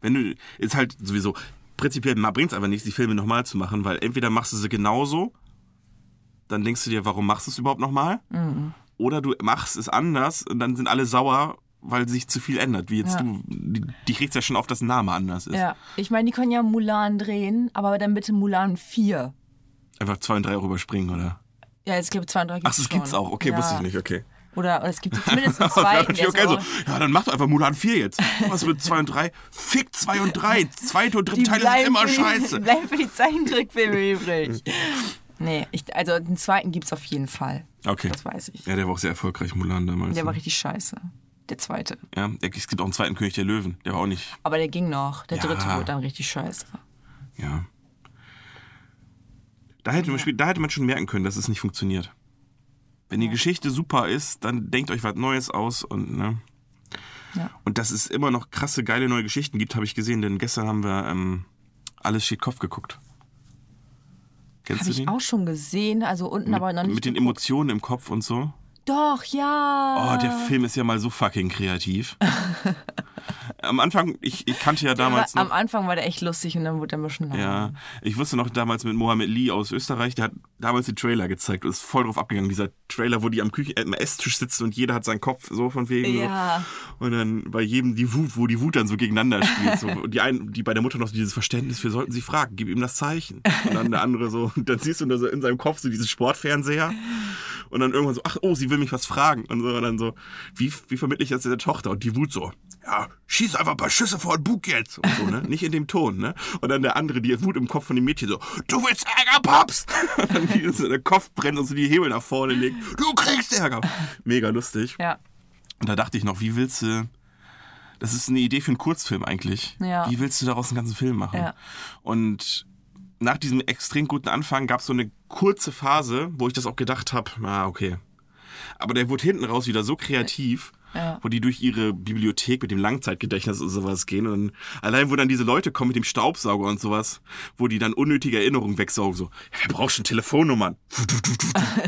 S1: wenn du. Ist halt sowieso. Prinzipiell bringt es aber nichts, die Filme nochmal zu machen, weil entweder machst du sie genauso, dann denkst du dir, warum machst du es überhaupt nochmal?
S2: Mhm.
S1: Oder du machst es anders und dann sind alle sauer, weil sich zu viel ändert. Wie jetzt
S2: Ja.
S1: du. die- Dich regt's ja schon auf, dass ein Name anders ist.
S2: ja. Ich meine, die können ja Mulan drehen, aber dann bitte Mulan 4.
S1: Einfach zwei und drei rüberspringen, oder?
S2: Ja, es gibt zwei und drei
S1: Ach, das gibt's auch. Okay,
S2: ja.
S1: wusste ich nicht, okay.
S2: Oder, oder es gibt zumindest Also, einen
S1: Das wär
S2: zweiten.
S1: natürlich
S2: der
S1: okay also
S2: ist
S1: so.
S2: aber-
S1: Ja, dann mach doch einfach Mulan 4 jetzt. Was mit 2 und 3? Fick 2 und 3. Zweite und dritte Teile sind immer
S2: für die,
S1: scheiße.
S2: Bleiben für die Zeichentrickfilme übrig. Nee, ich, also den zweiten gibt's auf jeden Fall.
S1: Okay.
S2: Das weiß ich.
S1: Ja, der war auch sehr erfolgreich, Mulan damals.
S2: Der
S1: ne?
S2: war richtig scheiße. Der zweite.
S1: ja, der- es gibt auch einen zweiten König der Löwen. Der war auch nicht.
S2: Aber der ging noch. Der
S1: Ja.
S2: dritte wurde dann richtig scheiße.
S1: Ja. Da hätte, man, spiel- da hätte man schon merken können, dass es nicht funktioniert. Wenn die Geschichte super ist, dann denkt euch was Neues aus und ne.
S2: Ja.
S1: Und dass es immer noch krasse, geile neue Geschichten gibt, habe ich gesehen, denn gestern haben wir ähm, Alles steht Kopf geguckt. Kennst
S2: Habe
S1: du
S2: ich
S1: den?
S2: auch schon gesehen, also unten aber noch nicht.
S1: mit den Emotionen im Kopf und so.
S2: Doch, ja.
S1: Oh, der Film ist ja mal so fucking kreativ. Am Anfang, ich, ich kannte ja damals
S2: war,
S1: noch.
S2: Am Anfang war der echt lustig und dann wurde er ein bisschen lang.
S1: Ja, ich wusste noch damals mit Mohammed Lee aus Österreich, der hat damals den Trailer gezeigt und ist voll drauf abgegangen. Dieser Trailer, wo die am Küchen äh, am Esstisch sitzen und jeder hat seinen Kopf so von wegen.
S2: Ja.
S1: So. Und dann bei jedem die Wut, wo die Wut dann so gegeneinander spielt. So. Und die einen, die bei der Mutter noch so dieses Verständnis, wir sollten sie fragen, gib ihm das Zeichen. Und dann der andere so, und dann siehst du nur so in seinem Kopf so diesen Sportfernseher. Und dann irgendwann so, ach, oh, sie will mich was fragen. Und, so, und dann so, wie, wie vermittle ich das der Tochter? Und die Wut so, ja, schieß einfach ein paar Schüsse vor den Bug jetzt. Und so, ne? Nicht in dem Ton, ne? Und dann der andere, die Wut im Kopf von dem Mädchen so, du willst Ärger, Paps! Und dann die, so der Kopf brennt und so die Hebel nach vorne legt. Du kriegst Ärger! Mega lustig.
S2: Ja.
S1: Und da dachte ich noch, wie willst du. Das ist eine Idee für einen Kurzfilm eigentlich.
S2: Ja.
S1: Wie willst du daraus einen ganzen Film machen?
S2: Ja.
S1: Und nach diesem extrem guten Anfang gab es so eine kurze Phase, wo ich das auch gedacht habe, ah, okay. Aber der wurde hinten raus wieder so kreativ,
S2: Ja.
S1: wo die durch ihre Bibliothek mit dem Langzeitgedächtnis und sowas gehen. Und allein, wo dann diese Leute kommen mit dem Staubsauger und sowas, wo die dann unnötige Erinnerungen wegsaugen. So, ja, wer braucht schon Telefonnummern?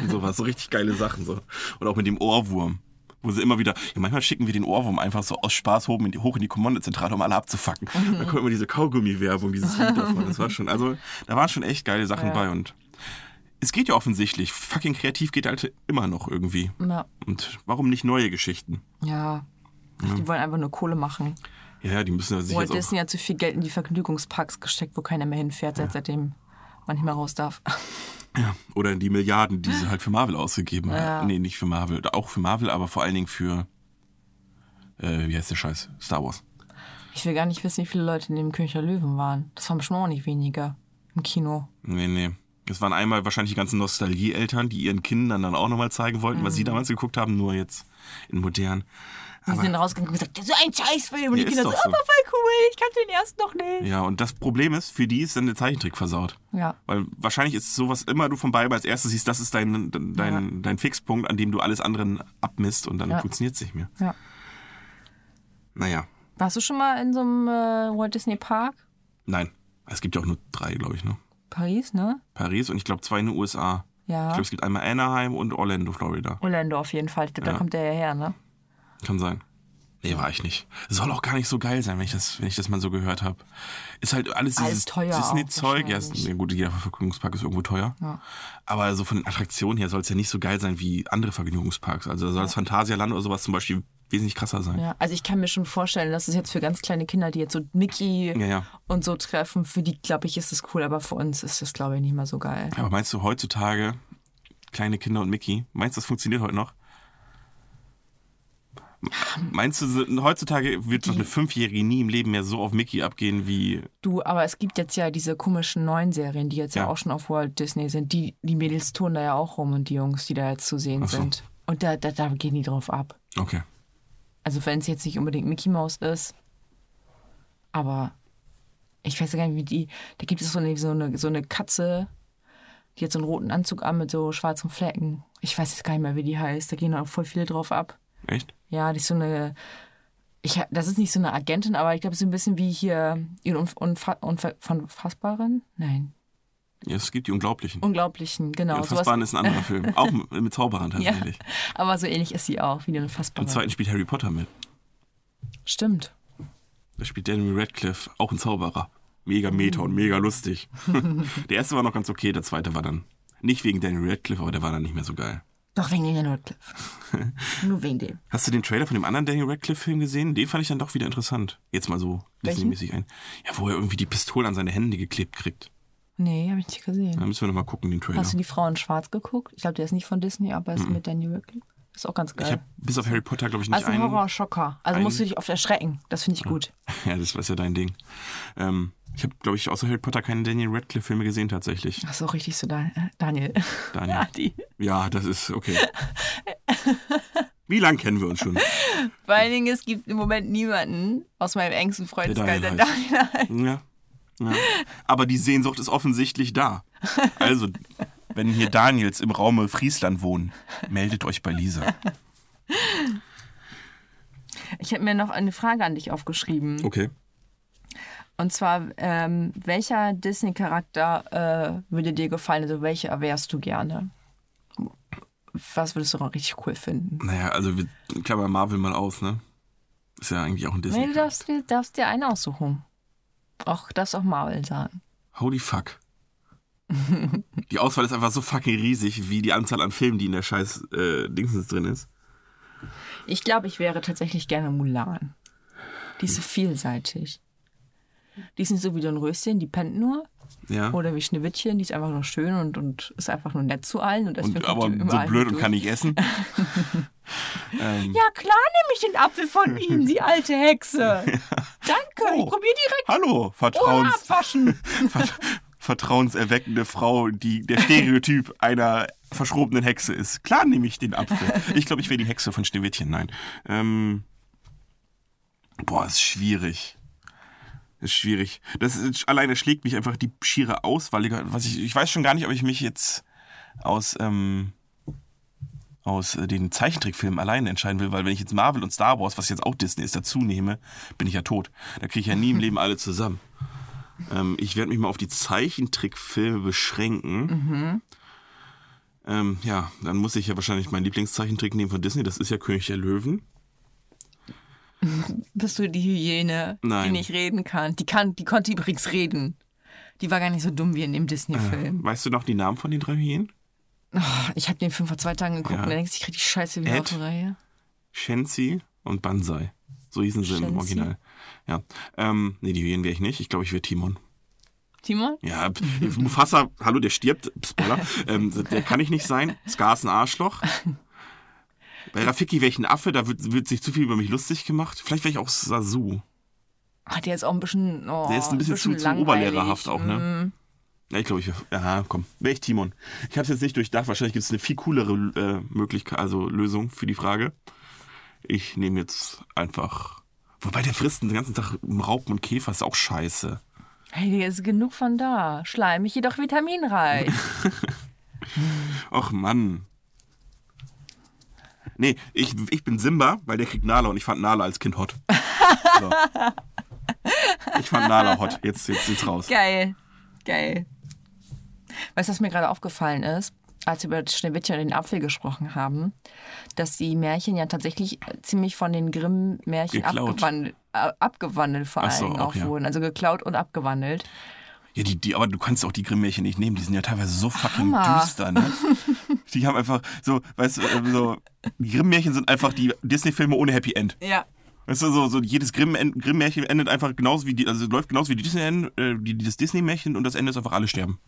S1: Und sowas, so richtig geile Sachen. So. Und auch mit dem Ohrwurm. Wo sie immer wieder, ja, manchmal schicken wir den Ohrwurm einfach so aus Spaß hoch in die, hoch in die Kommandozentrale, um alle abzufacken.
S2: Mhm.
S1: Da kommt immer diese Kaugummi-Werbung, dieses Lied davon. Das war schon, also da waren schon echt geile Sachen bei und es geht ja offensichtlich. Fucking kreativ geht halt immer noch
S2: Mhm.
S1: irgendwie.
S2: Ja.
S1: Und warum nicht neue Geschichten?
S2: ja. Die wollen einfach nur Kohle machen.
S1: Ja, ja, die müssen ja sich
S2: Walt
S1: jetzt auch.
S2: Disney hat zu viel Geld in die Vergnügungsparks gesteckt, wo keiner mehr hinfährt, seit seitdem man nicht mehr raus darf.
S1: Oder die Milliarden, die sie halt für Marvel ausgegeben haben. Nee, nicht für Marvel. Auch für Marvel, aber vor allen Dingen für. Äh, wie heißt der Scheiß? Star Wars.
S2: Ich will gar nicht wissen, wie viele Leute in dem König der Löwen waren. Das waren bestimmt auch nicht weniger im Kino.
S1: Nee, nee. Das waren einmal wahrscheinlich die ganzen Nostalgie-Eltern, die ihren Kindern dann auch nochmal zeigen wollten, was sie
S2: Mhm.
S1: damals geguckt haben, nur jetzt in modern.
S2: Die sind rausgegangen und gesagt, das ist ein Scheißfilm. Und
S1: Ja,
S2: die
S1: ist
S2: Kinder so,
S1: doch so.
S2: aber voll cool, ich kannte den erst noch nicht.
S1: Ja, und das Problem ist, für die ist dann der Zeichentrick versaut.
S2: Ja.
S1: Weil wahrscheinlich ist sowas immer du von beiden als erstes siehst, das ist dein, dein, dein, dein Fixpunkt, an dem du alles andere abmisst und dann
S2: Ja.
S1: funktioniert es nicht mehr.
S2: Ja.
S1: Naja,
S2: Warst du schon mal in so einem äh, Walt Disney Park?
S1: nein. Es gibt ja auch nur drei, glaube ich, ne?
S2: Paris, ne?
S1: Paris und ich glaube zwei in den USA. Ich
S2: Ja.
S1: glaube, es gibt einmal Anaheim und Orlando, Florida.
S2: Orlando auf jeden Fall. Da
S1: Ja.
S2: kommt der ja her, ne?
S1: Kann sein. Nee, war ich nicht. Soll auch gar nicht so geil sein, wenn ich das, wenn ich das mal so gehört habe. Ist halt alles
S2: Alles
S1: dieses
S2: teuer auch
S1: Disney-Zeug. Ja, ist,
S2: wahrscheinlich.
S1: nee, gut, jeder Vergnügungspark ist irgendwo teuer.
S2: Ja.
S1: Aber so von den Attraktionen her soll es ja nicht so geil sein wie andere Vergnügungsparks. Also da soll das Phantasialand oder sowas zum Beispiel wesentlich krasser sein.
S2: Ja, also ich kann mir schon vorstellen, dass es jetzt für ganz kleine Kinder, die jetzt so Mickey
S1: Ja, ja.
S2: und so treffen, für die, glaube ich, ist es cool, aber für uns ist das, glaube ich, nicht mehr so geil.
S1: Aber meinst du heutzutage kleine Kinder und Mickey, meinst du, das funktioniert heute noch? Meinst du, so- heutzutage wird doch eine Fünfjährige nie im Leben mehr so auf Mickey abgehen wie
S2: Du, aber es gibt jetzt ja diese komischen neuen Serien, die jetzt ja,
S1: Ja.
S2: auch schon auf Walt Disney sind. Die, die Mädels tun da ja auch rum und die Jungs, die da jetzt zu sehen
S1: Ach so.
S2: sind. Und da, da, da gehen die drauf ab.
S1: Okay.
S2: Also wenn es jetzt nicht unbedingt Mickey Mouse ist, aber ich weiß ja gar nicht, wie die. Da gibt es so eine, so eine, so eine Katze, die hat so einen roten Anzug an mit so schwarzen Flecken. Ich weiß jetzt gar nicht mehr, wie die heißt. Da gehen auch voll viele drauf ab.
S1: Echt?
S2: Ja, die ist so eine. Ich, ha- das ist nicht so eine Agentin, aber ich glaube, so ein bisschen wie hier in Unf Unfa Unfa Unfassbaren? Nein.
S1: Ja, es gibt die Unglaublichen.
S2: Unglaublichen,
S1: Die
S2: genau.
S1: Unfassbaren
S2: Sowas,
S1: ist ein anderer Film. Auch mit- mit Zauberern tatsächlich.
S2: aber so ähnlich ist sie auch, wie die
S1: Im
S2: Unfassbaren.
S1: zweiten spielt Harry Potter mit.
S2: Stimmt.
S1: Da spielt Daniel Radcliffe, auch ein Zauberer. Mega meta und mega lustig. der erste war noch ganz okay, der zweite war dann. Nicht wegen Daniel Radcliffe, aber der war dann nicht mehr so geil.
S2: Doch wegen den Radcliffe. Nur wegen dem.
S1: Hast du den Trailer von dem anderen Daniel Radcliffe-Film gesehen? Den fand ich dann doch wieder interessant. Jetzt mal so
S2: Welchen?
S1: Disney-mäßig ein. Ja, wo er irgendwie die Pistole an seine Hände geklebt kriegt.
S2: Nee, habe ich nicht gesehen.
S1: Da müssen wir nochmal gucken, den Trailer.
S2: Hast du die Frau in Schwarz geguckt? Ich glaube, der ist nicht von Disney, aber ist mit Daniel Radcliffe. Ist auch ganz
S1: Mhm. Ich
S2: geil.
S1: habe bis auf Harry Potter, glaube ich, nicht
S2: Also ein
S1: einen.
S2: Horrorschocker. Also
S1: ein-
S2: musst du dich oft erschrecken. Das finde ich gut.
S1: Ja, das war ja dein Ding. Ähm, ich habe, glaube ich, außer Harry Potter keine Daniel Radcliffe-Filme gesehen tatsächlich.
S2: Ach so, richtig so, Dan äh, Daniel.
S1: Daniel.
S2: Ja, die.
S1: Ja, das ist okay. Wie lange kennen wir uns schon?
S2: Vor allen Dingen, es gibt im Moment niemanden aus meinem engsten Freundeskreis, der
S1: Daniel
S2: Daniel heißt.
S1: Ja. ja. Aber die Sehnsucht ist offensichtlich da. Also, wenn hier Daniels im Raume Friesland wohnen, meldet euch bei Lisa.
S2: Ich habe mir noch eine Frage an dich aufgeschrieben.
S1: Okay.
S2: Und zwar, ähm, welcher Disney-Charakter äh, würde dir gefallen? Also welcher wärst du gerne? Was würdest du noch richtig cool finden?
S1: Naja, also wir klammern Marvel mal aus, ne? Ist ja eigentlich auch ein
S2: Nee,
S1: Disney.
S2: du darfst, dir- darfst dir einen aussuchen. Auch, darfst auch Marvel sagen.
S1: Holy fuck. Die Auswahl ist einfach so fucking riesig, wie die Anzahl an Filmen, die in der scheiß äh, Dingsens drin ist.
S2: Ich glaube, ich wäre tatsächlich gerne Mulan. Die ist so vielseitig. Die ist nicht so wie Dornröschen, die pennt nur.
S1: Ja.
S2: Oder wie Schneewittchen, die ist einfach nur schön und, und ist einfach nur nett zu allen. Und,
S1: Und, aber so blöd und kann nicht essen. ähm,
S2: Ja, klar nehme ich den Apfel von Ihnen, Sie alte Hexe. Danke, ich
S1: Oh.
S2: probiere direkt
S1: Hallo,
S2: ohne
S1: Vertrauens.
S2: abwaschen.
S1: Vert vertrauenserweckende Frau, die der Stereotyp einer verschrobenen Hexe ist. Klar nehme ich den Apfel. Ich glaube, ich wäre die Hexe von Schneewittchen. Nein. Ähm, boah, ist schwierig. Ist schwierig. Das ist, alleine schlägt mich einfach die schiere Auswahl. Was ich, ich weiß schon gar nicht, ob ich mich jetzt aus, ähm, aus äh, den Zeichentrickfilmen alleine entscheiden will, weil wenn ich jetzt Marvel und Star Wars, was jetzt auch Disney ist, dazu nehme, bin ich ja tot. Da kriege ich ja nie im Leben alle zusammen. Ähm, ich werde mich mal auf die Zeichentrickfilme beschränken. Ähm, ja, dann muss ich ja wahrscheinlich meinen Lieblingszeichentrick nehmen von Disney. Das ist ja König der Löwen.
S2: Bist du die Hyäne,
S1: Nein.
S2: die nicht reden kann? Die, kann? die konnte übrigens reden. Die war gar nicht so dumm wie in
S1: Ah.
S2: dem Disney-Film.
S1: Weißt du noch die Namen von den drei Hyänen?
S2: Ich habe den Film vor zwei Tagen geguckt
S1: Ja.
S2: und dann denkst du, ich krieg die Scheiße wieder
S1: Ed.
S2: auf die Reihe.
S1: Shenzi und Banzai. So hießen sie im
S2: Shenzi.
S1: Original. Ja. Ähm, nee, die Hyänen wäre ich nicht. Ich glaube, ich wäre Timon.
S2: Timon?
S1: Ja, p- Mufasa, hallo, der stirbt. Spoiler. Ähm, der kann ich nicht sein. Scar ist ein Arschloch. Bei Rafiki wäre ich ein Affe, da wird, wird sich zu viel über mich lustig gemacht. Vielleicht wäre ich auch Sasu.
S2: Ach, der ist auch ein bisschen. Oh,
S1: Der ist ein bisschen zu- zu
S2: langweilig.
S1: oberlehrerhaft auch, ne?
S2: Mm.
S1: Ja, ich glaube, ich wäre. Ja, komm. Wäre ich Timon. Ich habe es jetzt nicht durchdacht. Wahrscheinlich gibt es eine viel coolere äh, Möglichkeit, also Lösung für die Frage. Ich nehme jetzt einfach. Wobei der frisst den ganzen Tag Raupen und Käfer, ist auch scheiße.
S2: Hey, der ist genug von da. Schleimig, jedoch vitaminreich.
S1: Och Mann. Nee, ich, ich bin Simba, weil der kriegt Nala und ich fand Nala als Kind hot. So. Ich fand Nala hot. Jetzt, jetzt, jetzt raus.
S2: Geil. Geil. Weißt du, was mir gerade aufgefallen ist, als wir über das Schneewittchen und den Apfel gesprochen haben, dass die Märchen ja tatsächlich ziemlich von den Grimm-Märchen
S1: Geklaut.
S2: abgewandelt, äh, abgewandelt vor
S1: Ach
S2: allem
S1: so, auch,
S2: auch
S1: ja.
S2: wurden. Also geklaut und abgewandelt.
S1: Ja, die, die, aber du kannst auch die Grimm-Märchen nicht nehmen. Die sind ja teilweise so fucking
S2: Hammer.
S1: düster, ne? Die haben einfach so, weißt du, ähm, so, die Grimm-Märchen sind einfach die Disney-Filme ohne Happy End.
S2: Ja.
S1: Weißt du, so, so jedes Grimm- en- Grimm-Märchen endet einfach genauso wie die, also läuft genauso wie die Disney, äh, die, das Disney-Märchen und das Ende ist einfach alle sterben.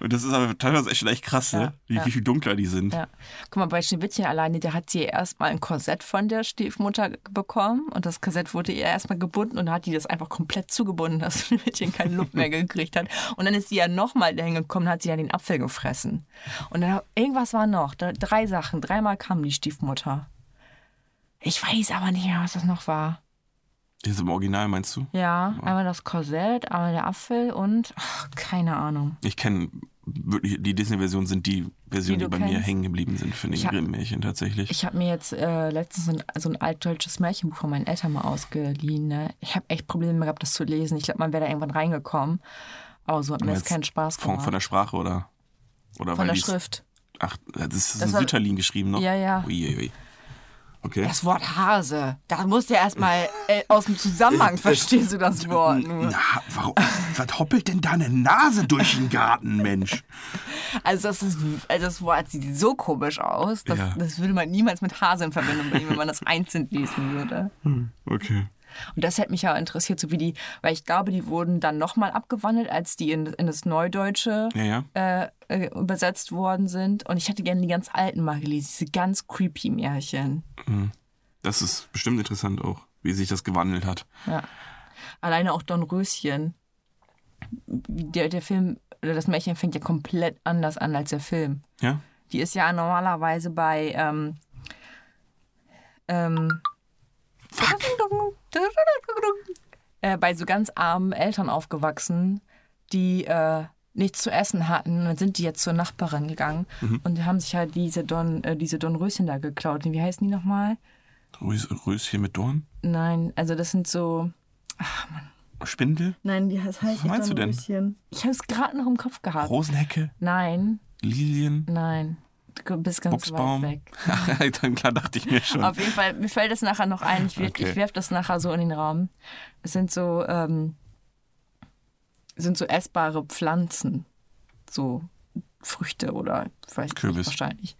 S1: Und das ist aber teilweise echt, echt krass, ne?
S2: Ja,
S1: Wie,
S2: ja.
S1: wie viel dunkler die sind.
S2: Ja. Guck mal, bei Schneewittchen alleine, der hat sie erstmal ein Korsett von der Stiefmutter bekommen und das Korsett wurde ihr erstmal gebunden und hat die das einfach komplett zugebunden, dass Schneewittchen keinen Luft mehr gekriegt hat. Und dann ist sie ja nochmal dahin gekommen und hat sie ja den Apfel gefressen. Und dann irgendwas war noch. Da, drei Sachen. Dreimal kam die Stiefmutter. Ich weiß aber nicht mehr, was das noch war.
S1: Das ist im Original, meinst du?
S2: Ja, einmal das Korsett, einmal der Apfel und ach, keine Ahnung.
S1: Ich kenne wirklich, die Disney-Versionen sind die Versionen,
S2: Die
S1: die,
S2: du
S1: bei mir
S2: kennst.
S1: hängen geblieben sind für den
S2: Ich hab-
S1: Grimm-Märchen tatsächlich.
S2: Ich habe mir jetzt äh, letztens so ein, so ein altdeutsches Märchenbuch von meinen Eltern mal ausgeliehen. Ne? Ich habe echt Probleme gehabt, das zu lesen. Ich glaube, man wäre da irgendwann reingekommen. Aber so hat mir
S1: Aber
S2: jetzt
S1: jetzt
S2: keinen Spaß
S1: von,
S2: gemacht.
S1: von
S2: Von,
S1: der Sprache oder? Oder weil
S2: der
S1: die's-
S2: Schrift.
S1: Ach, das ist
S2: Das
S1: in
S2: war-
S1: Sütterlin geschrieben ne? noch?
S2: Ja, ja.
S1: Uiuiui. Okay.
S2: Das Wort Hase, da musst du erstmal äh, aus dem Zusammenhang verstehst du das Wort ne? nur.
S1: Na, warum, was hoppelt denn da eine Nase durch den Garten, Mensch?
S2: Also das, ist, also das Wort sieht so komisch aus. Das,
S1: Ja.
S2: das würde man niemals mit Hase in Verbindung bringen, wenn man das einzeln lesen würde.
S1: Okay.
S2: Und das hätte mich ja interessiert, so wie die, weil ich glaube, die wurden dann nochmal abgewandelt, als die in, in das Neudeutsche
S1: Ja, ja.
S2: äh, äh, übersetzt worden sind. Und ich hätte gerne die ganz alten mal gelesen, diese ganz creepy Märchen.
S1: Das ist bestimmt interessant auch, wie sich das gewandelt hat.
S2: Ja. Alleine auch Don Röschen. Wie Der, der Film, oder das Märchen fängt ja komplett anders an als der Film.
S1: Ja?
S2: Die ist ja normalerweise bei. Ähm, ähm,
S1: Fuck.
S2: äh, bei so ganz armen Eltern aufgewachsen, die äh, nichts zu essen hatten. Dann sind die jetzt zur Nachbarin gegangen und haben sich halt diese Don, äh, diese Dornröschen da geklaut. Wie heißen die nochmal?
S1: Rös, Röschen mit Dorn?
S2: Nein, also das sind so.
S1: Spindel?
S2: Nein, die heißt
S1: Was meinst du denn?
S2: Ich habe es gerade noch im Kopf gehabt.
S1: Rosenhecke?
S2: Nein,
S1: Lilien?
S2: nein. Du bist ganz
S1: Buchsbaum?
S2: weit weg.
S1: Ach, dann klar dachte ich mir schon.
S2: Auf jeden Fall, mir fällt das nachher noch ein. Ich, wer-
S1: Okay.
S2: ich werf das nachher so in den Raum. Es sind so, ähm, sind so essbare Pflanzen. So Früchte oder vielleicht
S1: Kürbis.
S2: Nicht, wahrscheinlich.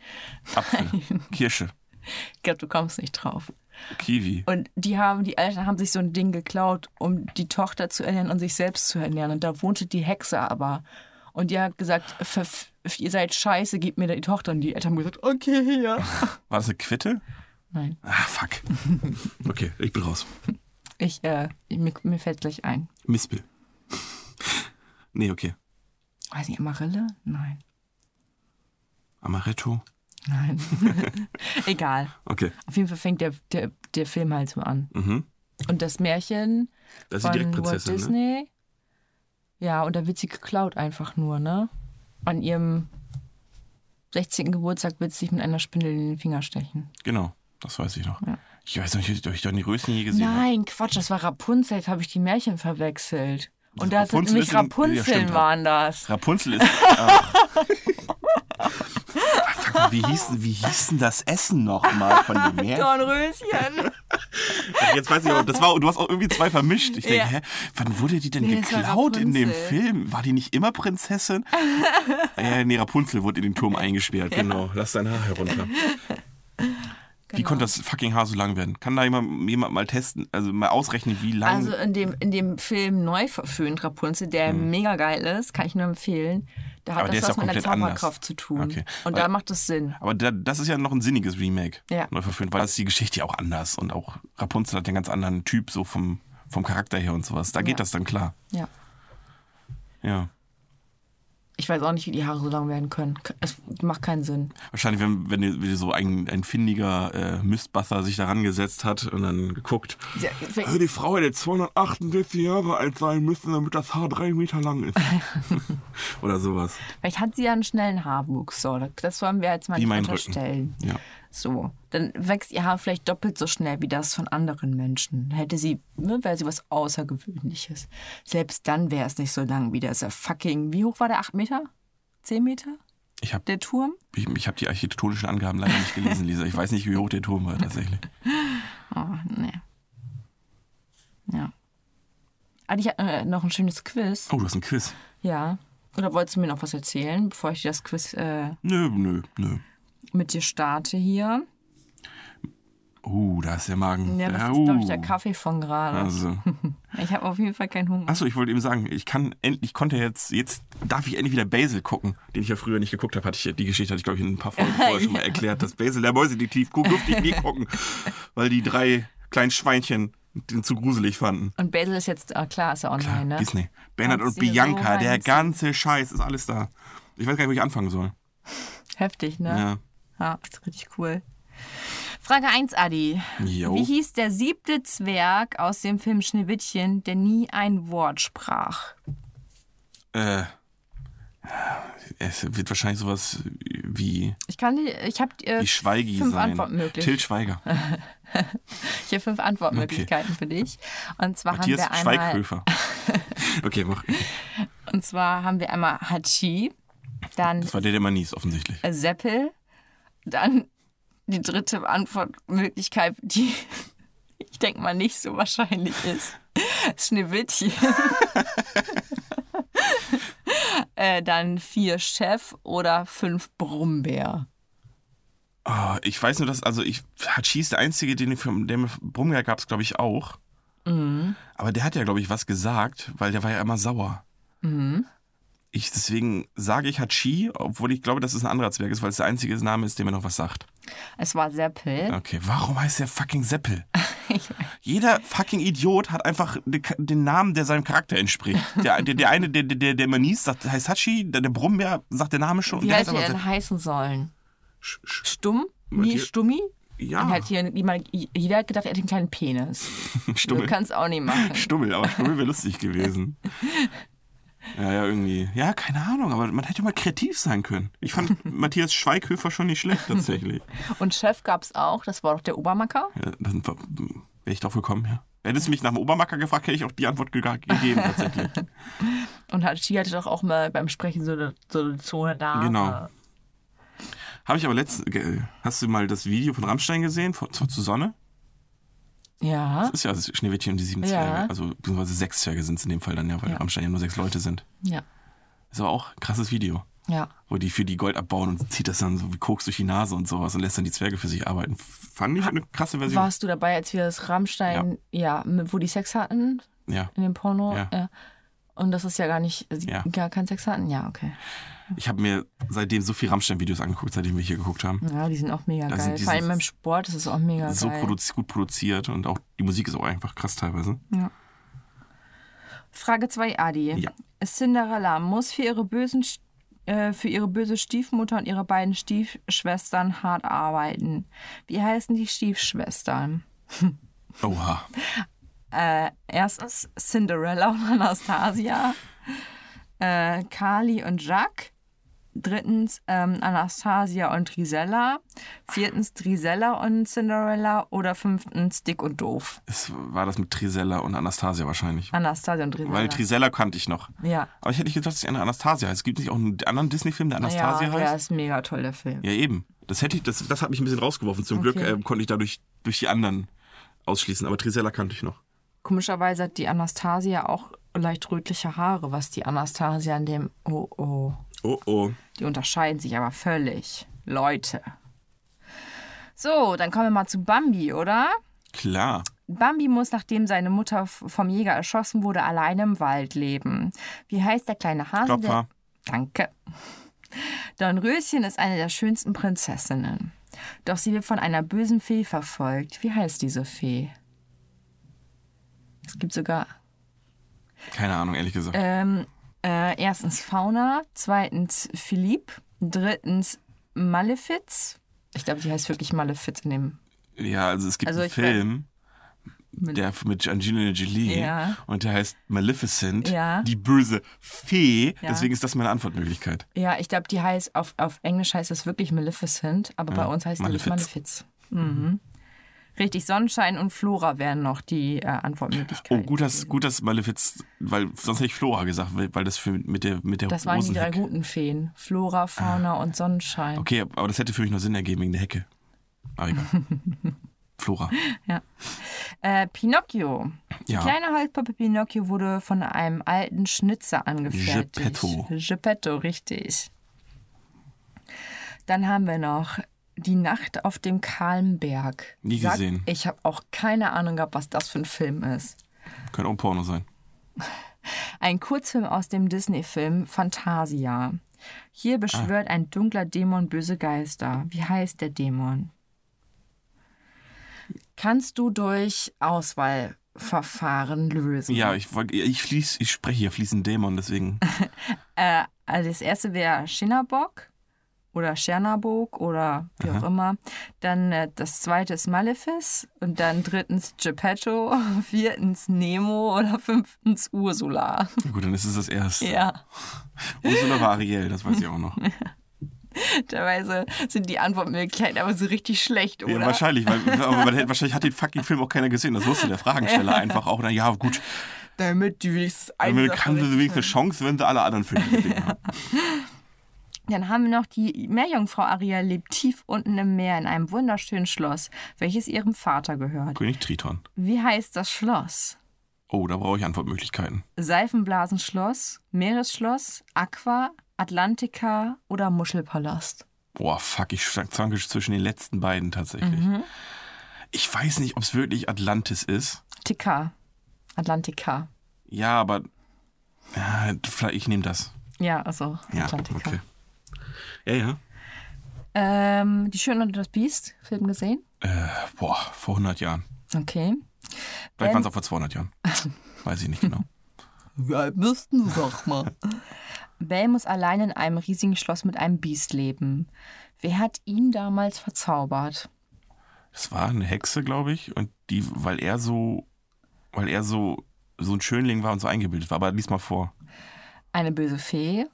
S1: Apfel, Kirsche,
S2: Ich glaube, du kommst nicht drauf.
S1: Kiwi.
S2: Und die haben, die Eltern haben sich so ein Ding geklaut, um die Tochter zu ernähren und sich selbst zu ernähren. Und da wohnte die Hexe aber. Und die hat gesagt, "Verf- ihr seid scheiße, gebt mir die Tochter. Und die Eltern haben gesagt, okay, hier.
S1: War das eine Quitte?
S2: Nein,
S1: Ah, fuck. Okay, ich bin raus.
S2: ich, äh, mir, mir fällt gleich ein.
S1: Mispel. Nee, okay.
S2: Weiß nicht, Amarille? Nein.
S1: Amaretto.
S2: Nein. Egal.
S1: Okay.
S2: Auf jeden Fall fängt der, der, der Film halt so an.
S1: Mhm.
S2: Und das Märchen
S1: Das ist die
S2: von Walt
S1: Direktprinzessin, ne?
S2: Disney. Ja, und da wird sie geklaut einfach nur, ne? An ihrem 16. Geburtstag wird sie sich mit einer Spindel in den Finger stechen.
S1: Genau, das weiß ich noch.
S2: Ja.
S1: Ich weiß noch nicht, ob ich doch die Röschen je gesehen habe.
S2: Nein, Quatsch, das war Rapunzel, jetzt habe ich die Märchen verwechselt. Und da sind
S1: Rapunzel
S2: nämlich
S1: ist ein- ja,
S2: Rapunzeln
S1: stimmt,
S2: waren das.
S1: Rapunzel ist. Ach. Fuck, mal, wie hieß, wie hieß denn das Essen nochmal von dem Meer?
S2: Dornröschen.
S1: Jetzt weiß ich auch, das war, du hast auch irgendwie zwei vermischt. Ich denke,
S2: Ja.
S1: hä, wann wurde die denn
S2: Nee, das war
S1: geklaut in dem
S2: Rapunzel.
S1: Film? War die nicht immer Prinzessin? ja, nee, Rapunzel wurde in den Turm eingesperrt, genau. Lass dein Haar herunter. Wie konnte das fucking Haar so lang werden? Kann da jemand, jemand mal testen, also mal ausrechnen, wie lang.
S2: Also in dem, in dem Film neu verföhnt Rapunzel, der mega geil ist, kann ich nur empfehlen. Da
S1: Mhm.
S2: hat
S1: Aber der
S2: das
S1: ist
S2: was
S1: ja
S2: mit der
S1: komplett anders.
S2: Zauberkraft zu tun.
S1: Okay.
S2: Und
S1: Weil-
S2: da macht es Sinn.
S1: aber da, das ist ja noch ein sinniges Remake.
S2: Ja.
S1: Neu verfilmt, weil das ist die Geschichte ja auch anders. Und auch Rapunzel hat ja einen ganz anderen Typ, so vom, vom Charakter her und sowas. Da geht
S2: Ja.
S1: das dann klar.
S2: Ja.
S1: Ja.
S2: Ich weiß auch nicht, wie die Haare so lang werden können. Es macht keinen Sinn.
S1: Wahrscheinlich, wenn, wenn, ihr- wenn ihr so ein, ein findiger äh, Mistbasser sich daran gesetzt hat und dann geguckt.
S2: Ja,
S1: "Äh, Die Frau hätte 268 Jahre alt sein müssen, damit das Haar drei Meter lang ist. Oder sowas.
S2: Vielleicht hat sie ja einen schnellen Haarwuchs. So, das wollen wir jetzt mal
S1: Wie
S2: nicht
S1: mein Rücken.
S2: unterstellen.
S1: Ja.
S2: So, dann wächst ihr Haar vielleicht doppelt so schnell wie das von anderen Menschen. Hätte sie, ne, wäre sie was Außergewöhnliches. Selbst dann wäre es nicht so lang wie dieser fucking, wie hoch war der? Acht Meter? Zehn Meter?
S1: Ich habe
S2: Der Turm?
S1: ich, ich hab die architektonischen Angaben leider nicht gelesen, Lisa. Ich weiß nicht, wie hoch der Turm war tatsächlich.
S2: Oh, nee. Ja. Ah, ich habe äh, noch ein schönes Quiz.
S1: Oh, du hast ein Quiz.
S2: Ja. Oder wolltest du mir noch was erzählen, bevor ich das Quiz äh,
S1: Nö, nö, nö.
S2: mit dir starte hier?
S1: Oh, da ist der Magen.
S2: Ja, das ist,
S1: oh.
S2: glaube ich, der Kaffee von gerade.
S1: Also.
S2: Ich habe auf jeden Fall keinen Hunger.
S1: Achso, ich wollte eben sagen, ich kann endlich, konnte jetzt, jetzt darf ich endlich wieder Basil gucken, den ich ja früher nicht geguckt habe. Hatte ich, die Geschichte hatte ich, glaube ich, in ein paar Folgen vorher schon mal erklärt, dass Basil der Mäusedetektiv guckt, durfte ich nie gucken, weil die drei kleinen Schweinchen den zu gruselig fanden.
S2: Und Basil ist jetzt, ah, klar, ist er online, ne?
S1: Disney. Bernhard und
S2: Kannst du dir
S1: Bianca,
S2: so
S1: der
S2: reinziehen.
S1: ganze Scheiß ist alles da. Ich weiß gar nicht, wo ich anfangen soll.
S2: Heftig, ne?
S1: Ja.
S2: Ja. das ist richtig cool. Frage 1, Adi.
S1: Jo.
S2: Wie hieß der siebte Zwerg aus dem Film Schneewittchen, der nie ein Wort sprach?
S1: Äh, es wird wahrscheinlich sowas wie,
S2: Ich kann die- ich habe äh,
S1: wie Schweigi
S2: fünf
S1: sein.
S2: Antwortmöglichkeiten.
S1: Till Schweiger.
S2: Ich habe fünf Antwortmöglichkeiten für dich. Und zwar
S1: Matthias
S2: haben wir einmal
S1: Schweighöfer. okay, mach.
S2: und zwar haben wir einmal Hachi, dann
S1: Das war der, der man niest, offensichtlich.
S2: Seppel, dann die dritte Antwortmöglichkeit, die ich denke mal nicht so wahrscheinlich ist. Schneewittchen. äh, dann vier Chef oder fünf Brummbär.
S1: Ah, ich weiß nur, dass, also ich, Hachi ist der Einzige, den ich, der mir Brummer gab es, glaube ich, auch. Aber der hat ja, glaube ich, was gesagt, weil der war ja immer sauer. Ich, deswegen sage ich Hachi, obwohl ich glaube, dass es ein anderer Zwerg ist, weil es der einzige Name ist, der mir noch was sagt.
S2: Es war Seppel.
S1: Okay, warum heißt der fucking Seppel? Jeder fucking Idiot hat einfach den Ka- den Namen, der seinem Charakter entspricht. Der, der, der eine, der, der, der man niest, sagt, heißt Hachi, der, der Brummbär sagt der Name schon. und
S2: Wie
S1: der
S2: hätte
S1: aber
S2: er denn
S1: Seppel.
S2: heißen sollen?
S1: Sch- sch-
S2: Stumm? Wie
S1: Matthias-
S2: Stummi?
S1: Ja.
S2: Dann hat halt hier jemand, jeder hat gedacht, er hat einen kleinen Penis. Du
S1: Stummel.
S2: kannst auch nicht machen.
S1: Stummel, aber Stummel wäre lustig gewesen. Ja, ja, irgendwie. Ja, keine Ahnung, aber man hätte mal kreativ sein können. Ich fand Matthias Schweighöfer schon nicht schlecht, tatsächlich.
S2: Und Chef gab es auch, das war doch der Obermacker.
S1: Ja, dann wäre ich drauf gekommen, ja. Hättest du mich nach dem Obermacker gefragt, hätte ich auch die Antwort ge gegeben, tatsächlich.
S2: Und hat, sie hatte doch auch mal beim Sprechen so eine, so eine Zone da.
S1: Genau. Habe ich aber letztens. ge- Hast du mal das Video von Rammstein gesehen? Von, zur, zur Sonne?
S2: Ja,
S1: Das ist ja das Schneewittchen und die sieben
S2: Ja.
S1: Zwerge. Also, beziehungsweise sechs Zwerge sind es in dem Fall dann ja, weil Rammstein ja nur sechs Leute sind.
S2: ja,
S1: Ist aber auch ein krasses Video.
S2: ja.
S1: wo die für die Gold abbauen und zieht das dann so wie Koks durch die Nase und sowas und lässt dann die Zwerge für sich arbeiten. Fand ich halt eine krasse Version.
S2: Warst du dabei, als wir das Rammstein, ja, mit- wo die Sex hatten
S1: Ja.
S2: in dem Porno?
S1: Ja.
S2: Und das ist ja gar nicht, sie
S1: Ja.
S2: gar keinen Sex hatten? Ja, okay.
S1: Ich habe mir seitdem so viel Rammstein-Videos angeguckt, seitdem wir hier geguckt haben.
S2: Ja, die sind auch mega
S1: Da
S2: geil.
S1: sind Also die
S2: Vor allem
S1: so-
S2: beim Sport ist es auch mega
S1: So
S2: Mhm. geil.
S1: produzi gut produziert und auch die Musik ist auch einfach krass teilweise.
S2: Mhm. Frage 2, Adi.
S1: Ja.
S2: Cinderella muss für ihre, bösen, Sch- äh, für ihre böse Stiefmutter und ihre beiden Stiefschwestern hart arbeiten. Wie heißen die Stiefschwestern?
S1: Oha.
S2: Äh, erstens Cinderella und Anastasia. Äh, Kali und Jacques. Drittens ähm, Anastasia und Drisella. Viertens Drisella und Cinderella. Oder fünftens Dick und Doof.
S1: Es war das mit Trisella und Anastasia wahrscheinlich.
S2: Anastasia und Drisella.
S1: Weil Trisella kannte ich noch.
S2: ja.
S1: Aber ich hätte nicht gedacht, dass sie eine Anastasia heißt. Es gibt nicht auch einen anderen Disney-Film, der
S2: Ja,
S1: Anastasia
S2: der
S1: heißt?
S2: ist mega toll, der Film.
S1: Ja, eben. Das, hätte ich, das, das hat mich ein bisschen rausgeworfen. Zum Glück
S2: Okay.
S1: äh, konnte ich dadurch durch die anderen ausschließen. Aber Trisella kannte ich noch.
S2: Komischerweise hat die Anastasia auch leicht rötliche Haare, was die Anastasia in dem. Oh, oh.
S1: Oh, oh.
S2: Die unterscheiden sich aber völlig. Leute. So, dann kommen wir mal zu Bambi, oder?
S1: Klar.
S2: Bambi muss, nachdem seine Mutter f- vom Jäger erschossen wurde, alleine im Wald leben. Wie heißt der kleine Hase?
S1: Klopfer.
S2: Der Danke. Dornröschen ist eine der schönsten Prinzessinnen. Doch sie wird von einer bösen Fee verfolgt. Wie heißt diese Fee? Es gibt sogar
S1: Keine Ahnung, ehrlich gesagt.
S2: ähm, äh, erstens Fauna, zweitens Philipp, drittens Malefiz. Ich glaube, die heißt wirklich Malefiz in dem.
S1: ja, also es gibt
S2: also
S1: einen
S2: ich weiß-
S1: Film, der mit Angelina Jolie
S2: Ja.
S1: und der heißt Maleficent,
S2: Ja.
S1: die böse Fee.
S2: Ja.
S1: Deswegen ist das meine Antwortmöglichkeit.
S2: Ja, ich glaube, die heißt auf, auf Englisch heißt es wirklich Maleficent, aber bei uns heißt
S1: Malefiz.
S2: die Malefiz. Mhm. Richtig, Sonnenschein und Flora wären noch die äh,
S1: Oh,
S2: Antwortmöglichkeiten.
S1: gut, dass, gut, dass Malefiz, weil sonst hätte ich Flora gesagt, weil, weil das für, mit der mit der
S2: das waren die drei
S1: Rosenhecke-
S2: guten Feen. Flora, Fauna und Sonnenschein.
S1: Ah. Okay, aber das hätte für mich noch Sinn ergeben wegen der Hecke. Aber egal. Flora.
S2: Äh, Pinocchio. Die
S1: Ja.
S2: kleine Holzpuppe Pinocchio wurde von einem alten Schnitzer angefertigt.
S1: Geppetto.
S2: Geppetto, richtig. Dann haben wir noch Die Nacht auf dem kahlen Berg.
S1: Nie
S2: Sag-
S1: gesehen.
S2: Ich habe auch keine Ahnung gehabt, was das für ein Film ist.
S1: Könnte auch ein Porno sein.
S2: Ein Kurzfilm aus dem Disney-Film Fantasia. Hier beschwört
S1: Ah.
S2: ein dunkler Dämon böse Geister. Wie heißt der Dämon? Kannst du durch Auswahlverfahren lösen?
S1: Ja, ich, wollt- ich, fließ, ich spreche hier fließend Dämon, deswegen.
S2: Äh, also das erste wäre Schinnabok oder Schernabog oder wie auch immer. Dann äh, das zweite ist Malefiz und dann drittens Geppetto, viertens Nemo oder fünftens Ursula.
S1: Na gut, dann ist es das erste.
S2: Ja,
S1: Ursula war Ariel, das weiß ich auch noch.
S2: teilweise sind die Antwortmöglichkeiten aber so richtig schlecht, oder?
S1: Ja, wahrscheinlich, weil, aber man hätte, wahrscheinlich hat den fucking Film auch keiner gesehen. Das wusste der Fragesteller einfach auch. Na ja, gut,
S2: Damit du es
S1: damit haben sie wenigstens eine Chance, wenn sie alle anderen Filme gesehen haben.
S2: Dann haben wir noch die Meerjungfrau Ariel lebt tief unten im Meer in einem wunderschönen Schloss, welches ihrem Vater gehört.
S1: König Triton.
S2: Wie heißt das Schloss?
S1: Oh, da brauche ich Antwortmöglichkeiten.
S2: Seifenblasenschloss, Meeresschloss, Aqua, Atlantica oder Muschelpalast?
S1: Boah, fuck, ich schwank schwank zwischen den letzten beiden tatsächlich.
S2: Mhm.
S1: Ich weiß nicht, ob es wirklich Atlantis ist.
S2: TK. Atlantica.
S1: Ja, aber ja, vielleicht ich nehme das.
S2: Ja, also
S1: Ja,
S2: Atlantica.
S1: okay. Ja, ja.
S2: Ähm, die Schöne und das Biest, Film gesehen?
S1: Äh, boah, vor 100 Jahren.
S2: Okay.
S1: Vielleicht
S2: Ähm.
S1: waren es auch vor 200 Jahren. Weiß ich nicht genau.
S2: Ja, müssten sie doch mal. Bell muss allein in einem riesigen Schloss mit einem Biest leben. Wer hat ihn damals verzaubert?
S1: Es war eine Hexe, glaube ich, und die, weil er so, weil er so so ein Schönling war und so eingebildet war. Aber lies mal vor.
S2: Eine böse Fee?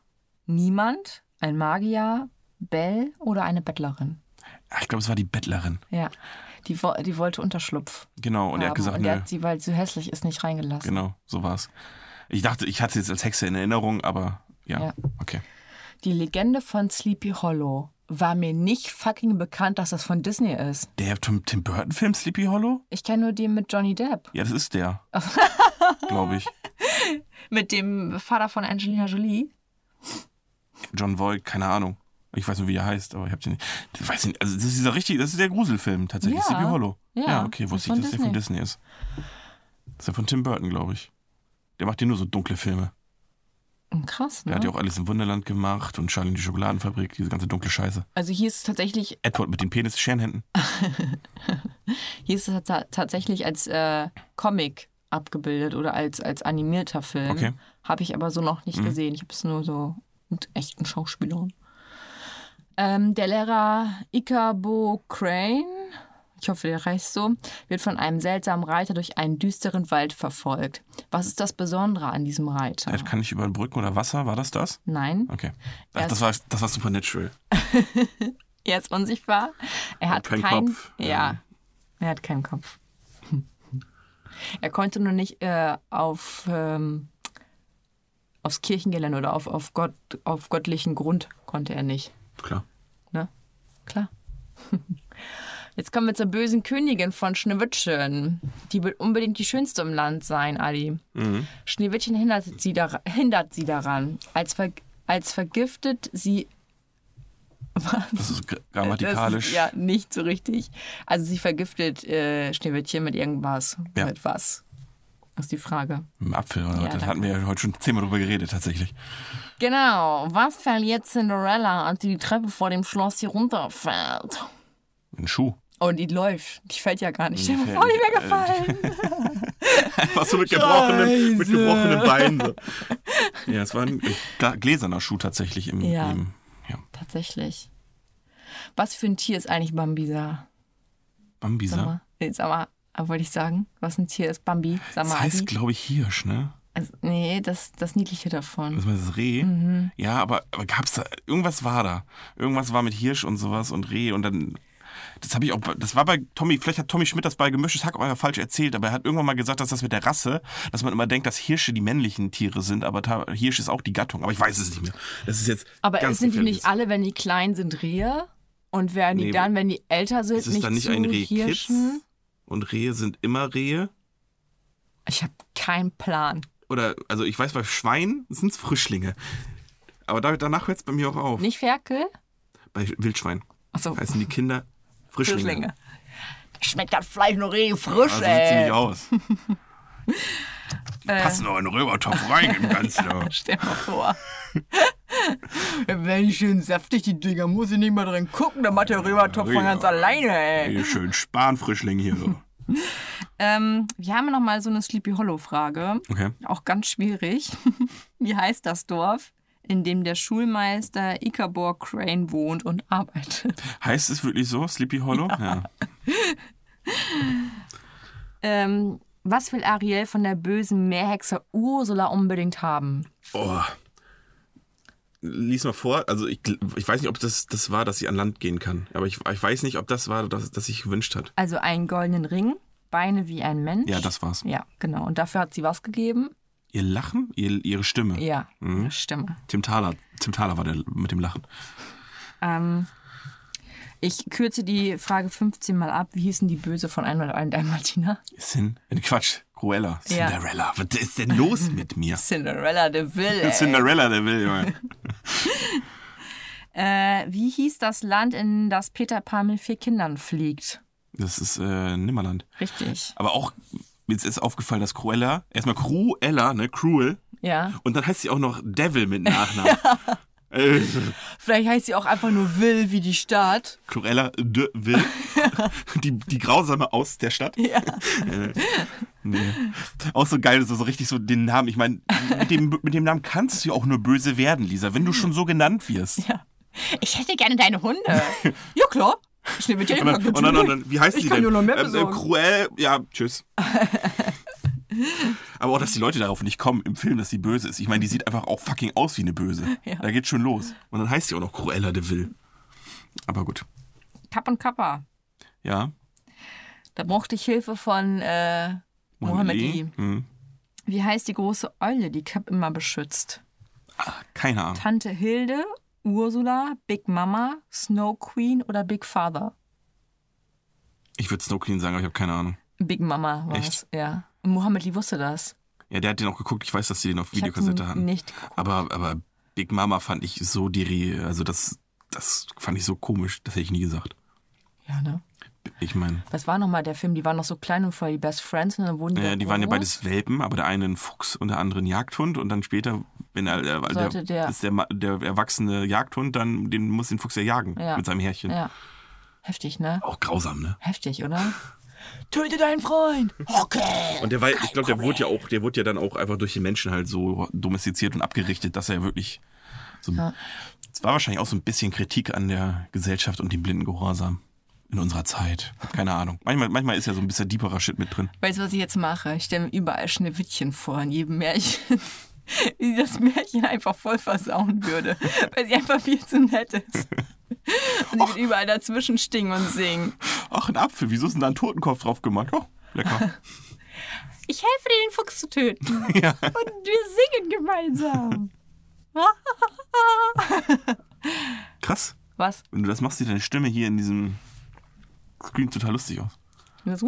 S2: Niemand? Ein Magier? Bell oder eine Bettlerin?
S1: Ach, Ah, ich glaube, es war die Bettlerin.
S2: Ja, die, wo- die wollte Unterschlupf.
S1: Genau. Und er
S2: haben.
S1: hat gesagt,
S2: Ah, und er
S1: nö.
S2: hat sie, weil sie hässlich ist, nicht reingelassen.
S1: Genau, so war's. Ich dachte, ich hatte es jetzt als Hexe in Erinnerung, aber ja,
S2: Ja.
S1: okay.
S2: Die Legende von Sleepy Hollow war mir nicht fucking bekannt, dass das von Disney ist.
S1: Der Tim, Tim Burton Film Sleepy Hollow?
S2: Ich kenne nur den mit Johnny Depp.
S1: Ja, das ist der. glaube ich.
S2: Mit dem Vater von Angelina Jolie.
S1: John Voight, keine Ahnung. Ich weiß nicht, wie er heißt, aber ich habe den nicht. Ich weiß nicht, also das ist dieser richtig, das ist der Gruselfilm tatsächlich,
S2: Ja.
S1: Sleepy Hollow.
S2: Ja,
S1: okay,
S2: das
S1: wusste
S2: ist
S1: ich,
S2: von
S1: dass der von Disney ist. Das ist ja von Tim Burton, glaube ich. Der macht ja nur so dunkle Filme.
S2: Krass,
S1: Der
S2: ne?
S1: hat ja auch alles im Wunderland gemacht und Charlie in die Schokoladenfabrik, diese ganze dunkle Scheiße.
S2: Also hier ist es tatsächlich,
S1: Edward mit den Penis, Scherenhänden.
S2: hier ist es ta tatsächlich als äh, Comic abgebildet oder als, als animierter Film.
S1: Okay.
S2: Habe ich aber so noch
S1: Mhm.
S2: nicht gesehen. Ich habe es nur so mit echten Schauspielern. Ähm, der Lehrer Ikabo Crane, ich hoffe, der reicht so, wird von einem seltsamen Reiter durch einen düsteren Wald verfolgt. Was ist das Besondere an diesem Reiter?
S1: Der kann ich über Brücken oder Wasser, war das das?
S2: Nein,
S1: Okay.
S2: Ja,
S1: Ach, das war, das war Supernatural.
S2: er ist unsichtbar. Er hat
S1: keinen
S2: kein,
S1: Kopf.
S2: Ja, er hat keinen Kopf. er konnte nur nicht äh, auf ähm, aufs Kirchengelände oder auf, auf, Gott, auf göttlichen Grund konnte er nicht.
S1: Klar.
S2: Ne? Klar. Jetzt kommen wir zur bösen Königin von Schneewittchen. Die will unbedingt die schönste im Land sein, Adi.
S1: Mhm.
S2: Schneewittchen hindert sie, dar hindert sie daran. Als, ver als vergiftet sie
S1: Das ist gra- grammatikalisch.
S2: Das ist äh, ja nicht so richtig. Also sie vergiftet äh, Schneewittchen mit irgendwas.
S1: Ja.
S2: Mit was? Ist die Frage.
S1: Ein Apfel oder
S2: Ja,
S1: was? Das
S2: danke.
S1: hatten wir ja heute schon zehnmal drüber geredet, tatsächlich.
S2: Genau. Was verliert Cinderella, als sie die Treppe vor dem Schloss hier runterfällt?
S1: Ein Schuh.
S2: Und die läuft. Die fällt ja gar nicht. Stell dir
S1: fällt
S2: vor, die
S1: nicht. äh,
S2: wäre gefallen.
S1: Was so mit gebrochenem, mit
S2: Scheiße.
S1: gebrochenem Bein. So. Ja, es war ein äh, gla- gläserner Schuh tatsächlich im
S2: Ja.
S1: im- ja.
S2: Tatsächlich. Was für ein Tier ist eigentlich Bambisa? Sag
S1: Bambisa.
S2: mal. Nee, sag mal. äh, Wollte ich sagen, was ein Tier ist, Bambi, sag
S1: Das
S2: mal.
S1: heißt,
S2: Adi.
S1: glaube ich, Hirsch, ne?
S2: also, nee, das, das Niedliche davon.
S1: Das war das Reh.
S2: Mhm.
S1: Ja, aber, aber gab's da. Irgendwas war da. Irgendwas war mit Hirsch und sowas und Reh und dann. Das habe ich auch. bei- Das war bei Tommy. Vielleicht hat Tommy Schmidt das bei Gemischtes Hack auch einfach falsch erzählt, aber er hat irgendwann mal gesagt, dass das mit der Rasse, dass man immer denkt, dass Hirsche die männlichen Tiere sind, aber ta- Hirsch ist auch die Gattung. Aber ich weiß es nicht mehr. Das ist jetzt.
S2: Aber
S1: ganz
S2: sind die
S1: gefährlich.
S2: nicht alle, wenn die klein sind, Rehe? Und werden die
S1: Nee,
S2: dann, wenn die älter sind,
S1: Ist es
S2: nicht
S1: dann nicht
S2: zu
S1: ein Rehkitz?
S2: Hirschen?
S1: Und Rehe sind immer Rehe?
S2: Ich habe keinen Plan.
S1: Oder, also ich weiß, bei Schweinen sind es Frischlinge. Aber da, danach hört es bei mir auch auf.
S2: Nicht Ferkel?
S1: Bei Wildschwein
S2: Achso,
S1: heißen die Kinder Frischlinge.
S2: Frischlinge. Schmeckt das Fleisch noch richtig frisch,
S1: Also sieht
S2: ey.
S1: ziemlich aus.
S2: Äh.
S1: Die passen noch in den Römertopf rein im Ganzen. aber.
S2: Stell mal vor. Dann werden die schön saftig, die Dinger. Muss ich nicht mal drin gucken, dann macht der Römertopf von ganz
S1: Ja.
S2: alleine, ey.
S1: Hier schön Spanfrischling hier. so.
S2: Ähm, wir haben noch mal so eine Sleepy Hollow-Frage.
S1: Okay.
S2: Auch ganz schwierig. Wie heißt das Dorf, in dem der Schulmeister Ichabor Crane wohnt und arbeitet?
S1: Heißt es wirklich so? Sleepy Hollow? Ja.
S2: Ähm, was will Ariel von der bösen Meerhexe Ursula unbedingt haben?
S1: Oh. Lies mal vor. Also ich, gl- ich weiß nicht, ob das, das war, dass sie an Land gehen kann. Aber ich, ich weiß nicht, ob das war, dass, dass sich gewünscht hat.
S2: Also einen goldenen Ring, Beine wie ein Mensch.
S1: Ja, das war's.
S2: Ja, genau. Und dafür hat sie was gegeben?
S1: Ihr Lachen? Ihr, ihre Stimme?
S2: Ja, Stimme.
S1: Tim Thaler. Tim Thaler war der mit dem Lachen.
S2: Ähm, ich kürze die Frage 15 mal ab. Wie hießen die Böse von 101 Dalmatiner?
S1: Sin äh, Quatsch. Cruella.
S2: Ja.
S1: Cinderella. Was ist denn los mit mir?
S2: Cinderella de Ville.
S1: Cinderella, der will, Junge.
S2: Äh, wie hieß das Land, in das Peter Pan mit vier Kindern fliegt?
S1: Das ist äh, Nimmerland.
S2: Richtig.
S1: Aber auch, mir ist aufgefallen, dass Cruella, erstmal Cruella, ne, cruel,
S2: Ja.
S1: und dann heißt sie auch noch Devil mit Nachnamen. Äh,
S2: Vielleicht heißt sie auch einfach nur Will wie die Stadt.
S1: Cruella de Vil. Die, die Grausame aus der Stadt.
S2: Ja.
S1: Äh, nee. Auch so geil, so, so richtig so den Namen. Ich meine, mit dem, mit dem Namen kannst du ja auch nur böse werden, Lisa, wenn du schon so genannt wirst.
S2: Ich hätte gerne deine Hunde. ja, klar. Schneewittchen.
S1: Und dann, und dann, und dann, wie heißt
S2: Ich
S1: die
S2: kann
S1: denn?
S2: dir noch mehr
S1: Ähm,
S2: besorgen.
S1: Cruel, ja, tschüss. Aber auch, dass die Leute darauf nicht kommen im Film, dass sie böse ist. Ich meine, die sieht einfach auch fucking aus wie eine Böse.
S2: Ja.
S1: Da geht's schon los. Und dann heißt sie auch noch Cruella de Vil. Aber gut.
S2: Kapp und Kappa.
S1: Ja.
S2: Da brauchte ich Hilfe von äh, Mohammed I.
S1: Hm.
S2: Wie heißt die große Eule, die Kapp immer beschützt?
S1: Ah, keine Ahnung.
S2: Tante Hilde, Ursula, Big Mama, Snow Queen oder Big Father?
S1: Ich würde Snow Queen sagen, aber ich habe keine Ahnung.
S2: Big Mama war es, ja. Und Mohammed Lee wusste das.
S1: Ja, der hat den auch geguckt. Ich weiß, dass sie den auf
S2: Ich hab
S1: Videokassette
S2: ihn
S1: hatten.
S2: Nicht geguckt.
S1: Aber, aber Big Mama fand ich so die Also das, das fand ich so komisch. Das hätte ich nie gesagt.
S2: Ja, ne?
S1: Ich meine.
S2: Was war nochmal der Film? Die waren noch so klein und vorher die Best Friends und dann wurden die.
S1: Ja,
S2: dann
S1: äh, die waren ja
S2: groß.
S1: beides Welpen, aber der eine ein Fuchs und der andere ein Jagdhund und dann später, wenn er, er
S2: Sollte der-
S1: ist der, Ma- der erwachsene Jagdhund, dann den muss den Fuchs ja jagen
S2: Ja.
S1: mit seinem Härchen.
S2: Ja. Heftig, ne?
S1: Auch grausam, ne?
S2: Heftig, oder? Töte deinen Freund! Okay!
S1: Und der war, ich glaube, der wurde ja auch, der wurde ja dann auch einfach durch die Menschen halt so domestiziert und abgerichtet, dass er wirklich so.
S2: Ja.
S1: Es war wahrscheinlich auch so ein bisschen Kritik an der Gesellschaft und dem blinden Gehorsam in unserer Zeit. Hab Keine Ahnung. Manchmal, manchmal ist ja so ein bisschen deeperer Shit mit drin.
S2: Weißt du, was ich jetzt mache? Ich stelle mir überall Schneewittchen vor, in jedem Märchen. Wie das Märchen einfach voll versauen würde, weil sie einfach viel zu nett ist. Und sie wird überall dazwischen stinken und singen.
S1: Ach, ein Apfel, wieso ist denn da ein Totenkopf drauf gemacht? Oh, lecker.
S2: Ich helfe dir, den Fuchs zu töten.
S1: ja.
S2: Und wir singen gemeinsam.
S1: Krass.
S2: Was?
S1: Wenn du das machst, sieht deine Stimme hier in diesem Screen total lustig aus.
S2: Das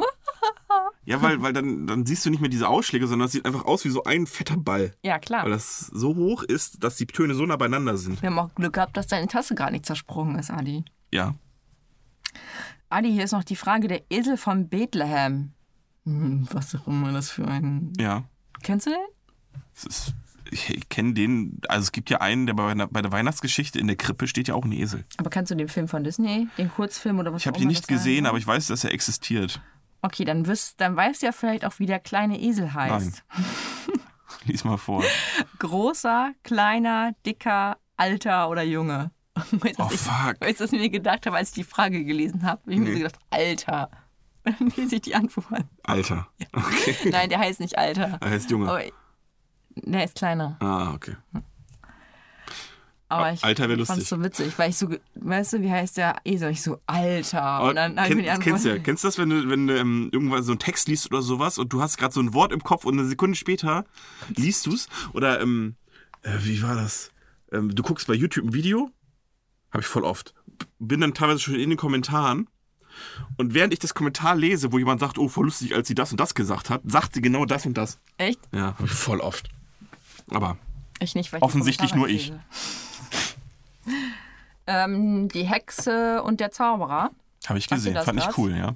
S1: Ja, weil, weil dann, dann siehst du nicht mehr diese Ausschläge, sondern das sieht einfach aus wie so ein fetter Ball.
S2: Ja, klar.
S1: Weil das so hoch ist, dass die Töne so nah beieinander sind.
S2: Wir haben auch Glück gehabt, dass deine Tasse gerade nicht zersprungen ist, Adi.
S1: Ja.
S2: Adi, hier ist noch die Frage der Esel von Bethlehem. Hm, was auch immer das für ein.
S1: Ja.
S2: Kennst du den?
S1: Es ist, ich kenne den. Also es gibt ja einen, der bei, bei der Weihnachtsgeschichte in der Krippe steht ja auch ein Esel.
S2: Aber kannst du den Film von Disney, den Kurzfilm oder was
S1: Ich habe
S2: auch
S1: ihn
S2: immer
S1: nicht
S2: Oh das war?
S1: gesehen, aber ich weiß, dass er existiert.
S2: Okay, dann, wirst, dann weißt du ja vielleicht auch, wie der kleine Esel heißt.
S1: Lies mal vor.
S2: Großer, kleiner, dicker, alter oder Junge. Weißt du,
S1: Oh
S2: was ich-
S1: fuck.
S2: Weißt du, was ich mir gedacht habe, als ich die Frage gelesen habe? Ich habe mir
S1: Nee.
S2: so gedacht, Alter. Und dann lese ich die Antwort an.
S1: Alter. Okay.
S2: Nein, der heißt nicht Alter.
S1: Er heißt Junge.
S2: Aber der ist kleiner.
S1: Ah, okay.
S2: Aber
S1: Ah,
S2: Oh, ich
S1: Alter wär
S2: fand
S1: lustig.
S2: es so witzig, weil ich so, ge- weißt du, wie heißt der Esel? Ich so, Alter.
S1: Aber
S2: Und dann habe ich
S1: kenn,
S2: mir die
S1: Oh,
S2: Antwort.
S1: kennst du ja, kennst du das, wenn du, wenn du ähm, irgendwann so einen Text liest oder sowas und du hast gerade so ein Wort im Kopf und eine Sekunde später liest du es? Oder ähm, äh, wie war das? Ähm, du guckst bei YouTube ein Video, habe ich voll oft. B- Bin dann teilweise schon in den Kommentaren und während ich das Kommentar lese, wo jemand sagt, oh, voll lustig, als sie das und das gesagt hat, sagt sie genau das und das.
S2: Echt?
S1: Ja, hab ich voll oft. Aber
S2: Ich nicht, weil ich die
S1: Offensichtlich
S2: Kommentare
S1: nur ich.
S2: lese. ähm, die Hexe und der Zauberer.
S1: habe ich
S2: Sagt dir
S1: gesehen,
S2: das
S1: fand ich
S2: was?
S1: cool, ja.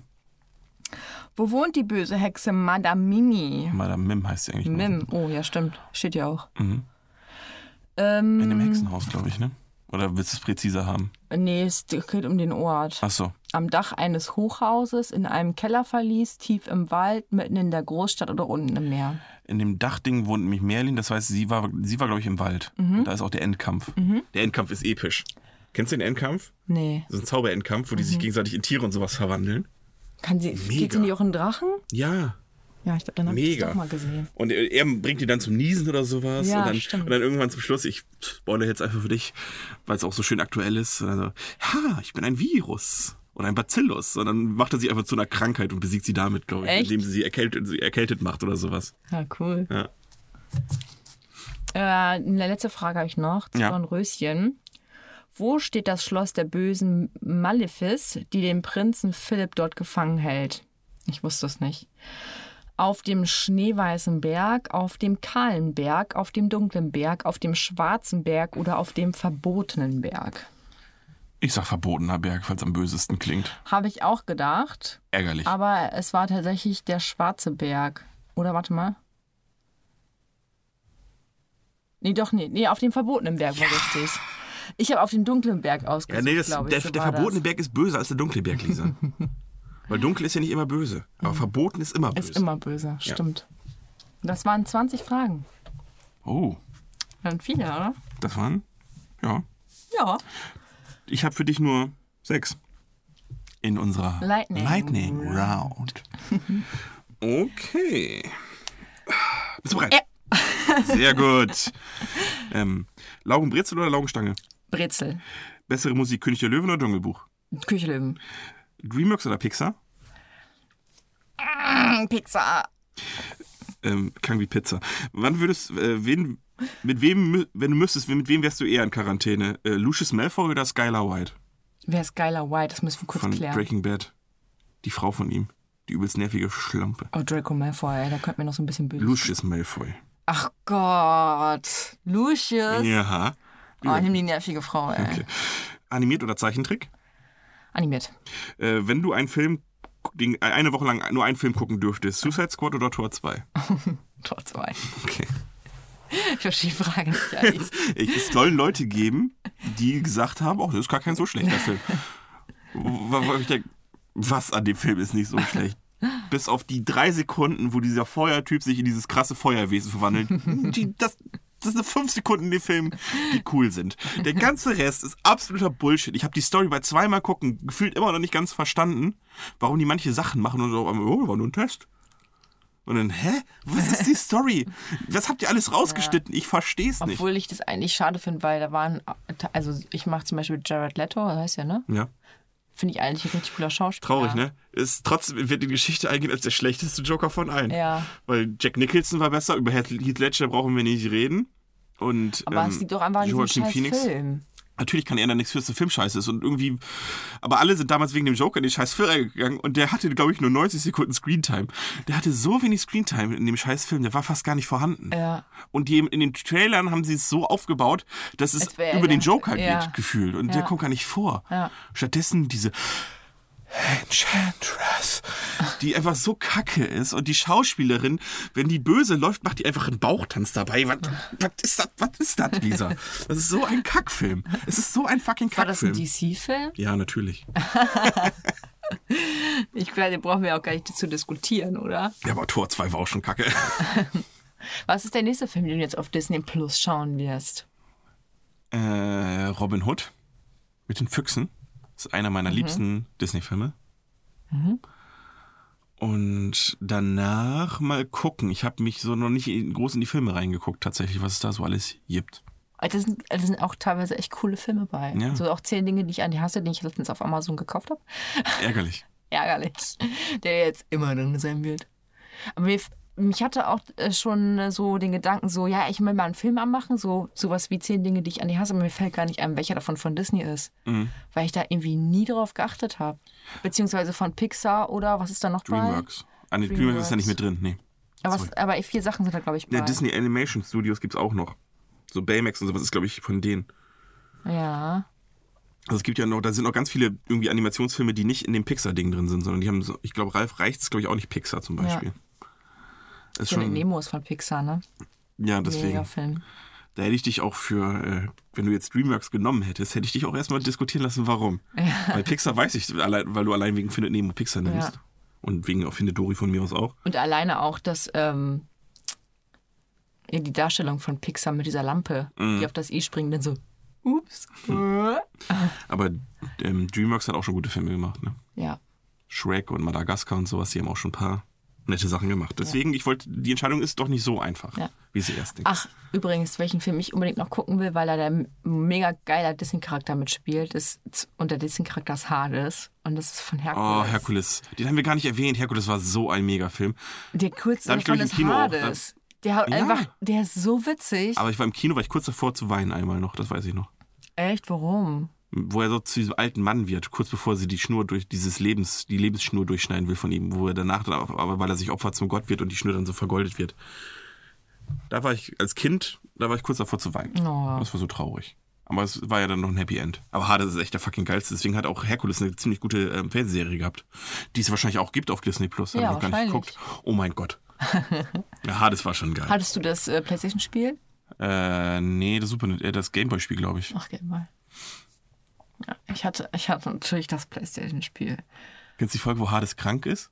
S2: Wo wohnt die böse Hexe Madame Mimi?
S1: Madame Mim heißt sie eigentlich. nur.
S2: Mim. Oh, ja, stimmt. Steht ja auch.
S1: Mhm. In dem
S2: Ähm,
S1: Hexenhaus, glaube ich, ne? Oder willst du es präziser haben?
S2: nee, es geht um den Ort.
S1: Ach so.
S2: am Dach eines Hochhauses, in einem Kellerverlies, tief im Wald, mitten in der Großstadt oder unten im Meer.
S1: In dem Dachding wohnt nämlich Merlin, das heißt, sie war, sie war glaube ich, im Wald.
S2: Mhm.
S1: Und Da ist auch der Endkampf. Der Endkampf ist episch. Kennst du den Endkampf?
S2: Nee.
S1: Das ist ein Zauberendkampf, wo die
S2: Mhm.
S1: sich gegenseitig in Tiere und sowas verwandeln.
S2: Kann sie, geht sie nicht auch in Drachen?
S1: Ja.
S2: Ja, ich glaube, dann habe ich
S1: Mega.
S2: das doch mal gesehen.
S1: Und er, er bringt die dann zum Niesen oder sowas.
S2: Ja,
S1: und, dann,
S2: stimmt.
S1: und dann irgendwann zum Schluss, ich spoilere jetzt einfach für dich, weil es auch so schön aktuell ist. Also, ha, ich bin ein Virus. Oder ein Bacillus. Und dann macht er sie einfach zu einer Krankheit und besiegt sie damit, glaube ich.
S2: Echt?
S1: Indem sie sie erkältet, sie erkältet macht oder sowas.
S2: Ja, cool.
S1: Ja.
S2: Äh, eine letzte Frage habe ich noch zu
S1: Ja.
S2: Dornröschen. Wo steht das Schloss der bösen Malefiz, die den Prinzen Philipp dort gefangen hält? Ich wusste es nicht. Auf dem schneeweißen Berg, auf dem kahlen Berg, auf dem dunklen Berg, auf dem schwarzen Berg oder auf dem verbotenen Berg.
S1: Ich sag verbotener Berg, weil es am bösesten klingt.
S2: Habe ich auch gedacht,
S1: Ärgerlich.
S2: aber es war tatsächlich der schwarze Berg. Oder warte mal. Nee, doch, nee. Nee, auf dem verbotenen Berg war richtig. Ich habe auf den dunklen Berg
S1: Ja,
S2: ausgesucht,
S1: nee, das,
S2: glaube Also
S1: der,
S2: ich. so
S1: der
S2: war
S1: verbotene
S2: das.
S1: Berg ist böser als der dunkle Berg, Lisa. Weil dunkel ist ja nicht immer böse. Aber verboten ist immer böse.
S2: Mhm. Ist immer böse,
S1: Ja.
S2: stimmt. Das waren 20 Fragen.
S1: oh,
S2: Dann viele, oder?
S1: das waren. Ja.
S2: Ja.
S1: Ich habe für dich nur sechs. In unserer
S2: Lightning
S1: Lightning Round. Okay. Bist du bereit? Sehr gut. Ähm, Laugenbrezel oder Laugenstange?
S2: Brezel,
S1: Bessere Musik, König der Löwen oder Dschungelbuch?
S2: Küchelöwen,
S1: Dreamworks oder Pixar? Mm,
S2: Pizza.
S1: Ähm, klang wie Pizza. Wann würdest, äh, wen, mit wem, mü- wenn du müsstest, mit wem wärst du eher in Quarantäne? Äh, Lucius Malfoy oder Skylar White
S2: Wer ist Skylar White? Das müssen wir kurz
S1: von
S2: klären.
S1: Breaking Bad? Die Frau von ihm. Die übelst nervige Schlampe.
S2: oh, Draco Malfoy, ey, da könnte mir noch so ein bisschen böse.
S1: Lucius Malfoy.
S2: Ach Gott. Lucius.
S1: Ja.
S2: Oh, nimm die nervige Frau, ey.
S1: Okay. Animiert oder Zeichentrick?
S2: Animiert.
S1: Äh, wenn du einen Film, den, äh, eine Woche lang nur einen Film gucken dürftest, Suicide Squad oder Tor 2?
S2: Tor 2.
S1: Okay.
S2: Ich verstehe die Frage nicht. Adi.
S1: Ich, es sollen Leute geben, die gesagt haben, oh, das ist gar kein so schlechter Film. Wo- wo ich denk, Was an dem Film ist nicht so schlecht? Bis auf die drei Sekunden, wo dieser Feuertyp sich in dieses krasse Feuerwesen verwandelt. Die, das, das sind fünf Sekunden in dem Film, die cool sind. Der ganze Rest ist absoluter Bullshit. Ich habe die Story bei zweimal gucken gefühlt immer noch nicht ganz verstanden, warum die manche Sachen machen und so, oh, war nur ein Test. Und dann, hä? Was ist die Story? Was habt ihr alles rausgeschnitten? Ich versteh's nicht.
S2: Obwohl ich das eigentlich schade finde, weil da waren, also ich mache zum Beispiel Jared Leto, das heißt ja, ne?
S1: Ja.
S2: Finde ich eigentlich ein richtig cooler Schauspieler.
S1: Traurig, ne? Ist trotzdem wird in die Geschichte eingehen als der schlechteste Joker von allen.
S2: Ja.
S1: Weil Jack Nicholson war besser, über Heath Heath Ledger brauchen wir nicht reden. Und,
S2: Aber
S1: ähm,
S2: es liegt doch einfach an diesem
S1: Joaquin
S2: scheiß
S1: Phoenix.
S2: Film.
S1: Natürlich kann er da nichts für, dass der Film scheiße ist. Und irgendwie, aber alle sind damals wegen dem Joker in den scheiß Film gegangen und der hatte, glaube ich, nur 90 Sekunden Screentime. Der hatte so wenig Screentime in dem scheiß Film, der war fast gar nicht vorhanden.
S2: Ja.
S1: Und die, in den Trailern haben sie es so aufgebaut, dass es
S2: Als wär er
S1: über den
S2: der-
S1: Joker
S2: ja.
S1: geht, gefühlt. Und der
S2: Ja.
S1: kommt gar nicht vor.
S2: Ja.
S1: Stattdessen diese Enchantress, die einfach so kacke ist. Und die Schauspielerin, wenn die böse läuft, macht die einfach einen Bauchtanz dabei. Was, was ist das? Was ist das, Lisa? Das ist so ein Kackfilm. Es ist so ein fucking
S2: War das ein
S1: Kackfilm.
S2: DC-Film?
S1: Ja, natürlich.
S2: Ich glaube, den brauchen wir auch gar nicht zu diskutieren, oder?
S1: Ja, aber Tor 2 war auch schon kacke.
S2: Was ist der nächste Film, den du jetzt auf Disney Plus schauen wirst?
S1: Äh, Robin Hood mit den Füchsen. Ist einer
S2: Mhm.
S1: meiner liebsten Disney-Filme. Und danach mal gucken. Ich habe mich so noch nicht in- groß in die Filme reingeguckt, tatsächlich, was es da so alles gibt.
S2: Äh, Da sind, da sind auch teilweise echt coole Filme bei.
S1: Ja.
S2: So auch zehn Dinge, die ich an die hasse, die ich letztens auf Amazon gekauft habe.
S1: Ärgerlich.
S2: Ärgerlich. Der jetzt immer drin sein wird. Aber mir, mich hatte auch äh, schon äh, so den Gedanken, so, ja, ich will mal einen Film anmachen, so sowas wie zehn Dinge, die ich an die hasse, aber mir fällt gar nicht ein, welcher davon von Disney ist.
S1: Mhm.
S2: Weil ich da irgendwie nie drauf geachtet habe. Beziehungsweise von Pixar oder was ist da noch
S1: Dreamworks. Ah, nee, Dreamworks. ist da nicht mit drin. Nee.
S2: bei? Aber,
S1: Sorry.
S2: was, aber vier Sachen sind da, glaube ich, bei.
S1: Ja, Disney Animation Studios gibt's auch noch. So Baymax und sowas ist, glaube ich, von denen.
S2: Ja.
S1: Also es gibt ja noch, da sind noch ganz viele irgendwie Animationsfilme, die nicht in dem Pixar-Ding drin sind, sondern die haben so, ich glaube, Ralf reicht's, glaube ich, auch nicht Pixar zum Beispiel. Das Ist
S2: Findet
S1: schon,
S2: Nemo ist von Pixar, ne?
S1: ja, deswegen.
S2: Mega Film.
S1: Da hätte ich dich auch für, äh, wenn du jetzt DreamWorks genommen hättest, hätte ich dich auch erstmal diskutieren lassen, warum. Weil Pixar weiß ich, allein, weil du allein wegen Findet Nemo Pixar nimmst.
S2: Ja.
S1: Und wegen auch Findet Dory von mir aus auch.
S2: Und alleine auch das, ähm, ja, die Darstellung von Pixar mit dieser Lampe,
S1: Mhm.
S2: die auf das I springt, dann so, ups.
S1: Aber ähm, DreamWorks hat auch schon gute Filme gemacht. Ne?
S2: Ja.
S1: Shrek und Madagaskar und sowas, die haben auch schon ein paar nette Sachen gemacht. Deswegen, ich wollte, die Entscheidung ist doch nicht so einfach,
S2: Ja. Ah.
S1: wie sie erst denkt.
S2: Ach, übrigens, welchen Film ich unbedingt noch gucken will, weil da der m- mega geiler Disney-Charakter mitspielt ist und der Disney-Charakter ist Hades und das ist von
S1: Oh,
S2: Herkules.
S1: Herkules. Den haben wir gar nicht erwähnt. Herkules war so ein Megafilm.
S2: Der kurze
S1: Da hab ich, glaub
S2: davon
S1: ich,
S2: ist
S1: im Kino auch,
S2: Hades. Der haut
S1: Ja.
S2: einfach, der ist so witzig.
S1: Aber ich war im Kino, war ich kurz davor zu weinen einmal noch, das weiß ich noch.
S2: Echt, warum?
S1: wo er so zu diesem alten Mann wird, kurz bevor sie die Schnur durch dieses Lebens, die Lebensschnur durchschneiden will von ihm, wo er danach dann, aber- aber weil er sich Opfer zum Gott wird und die Schnur dann so vergoldet wird. Da war ich als Kind, da war ich kurz davor zu weinen.
S2: Oh.
S1: Das war so traurig. Aber es war ja dann noch ein Happy End. Aber Hades ist echt der fucking geilste. Deswegen hat auch Herkules eine ziemlich gute ähm, Fernsehserie gehabt, die es wahrscheinlich auch gibt auf Disney Plus. Hab
S2: Ja,
S1: ich noch gar nicht
S2: wahrscheinlich.
S1: geguckt. Oh mein Gott. ja, Hades war schon geil.
S2: Hattest du das äh, PlayStation-Spiel?
S1: äh, nee, das Super, äh, das Gameboy-Spiel, glaube ich.
S2: Ach, geht mal. Ja, ich, hatte, ich hatte natürlich das Playstation-Spiel.
S1: Kennst du die Folge, wo Hades krank ist?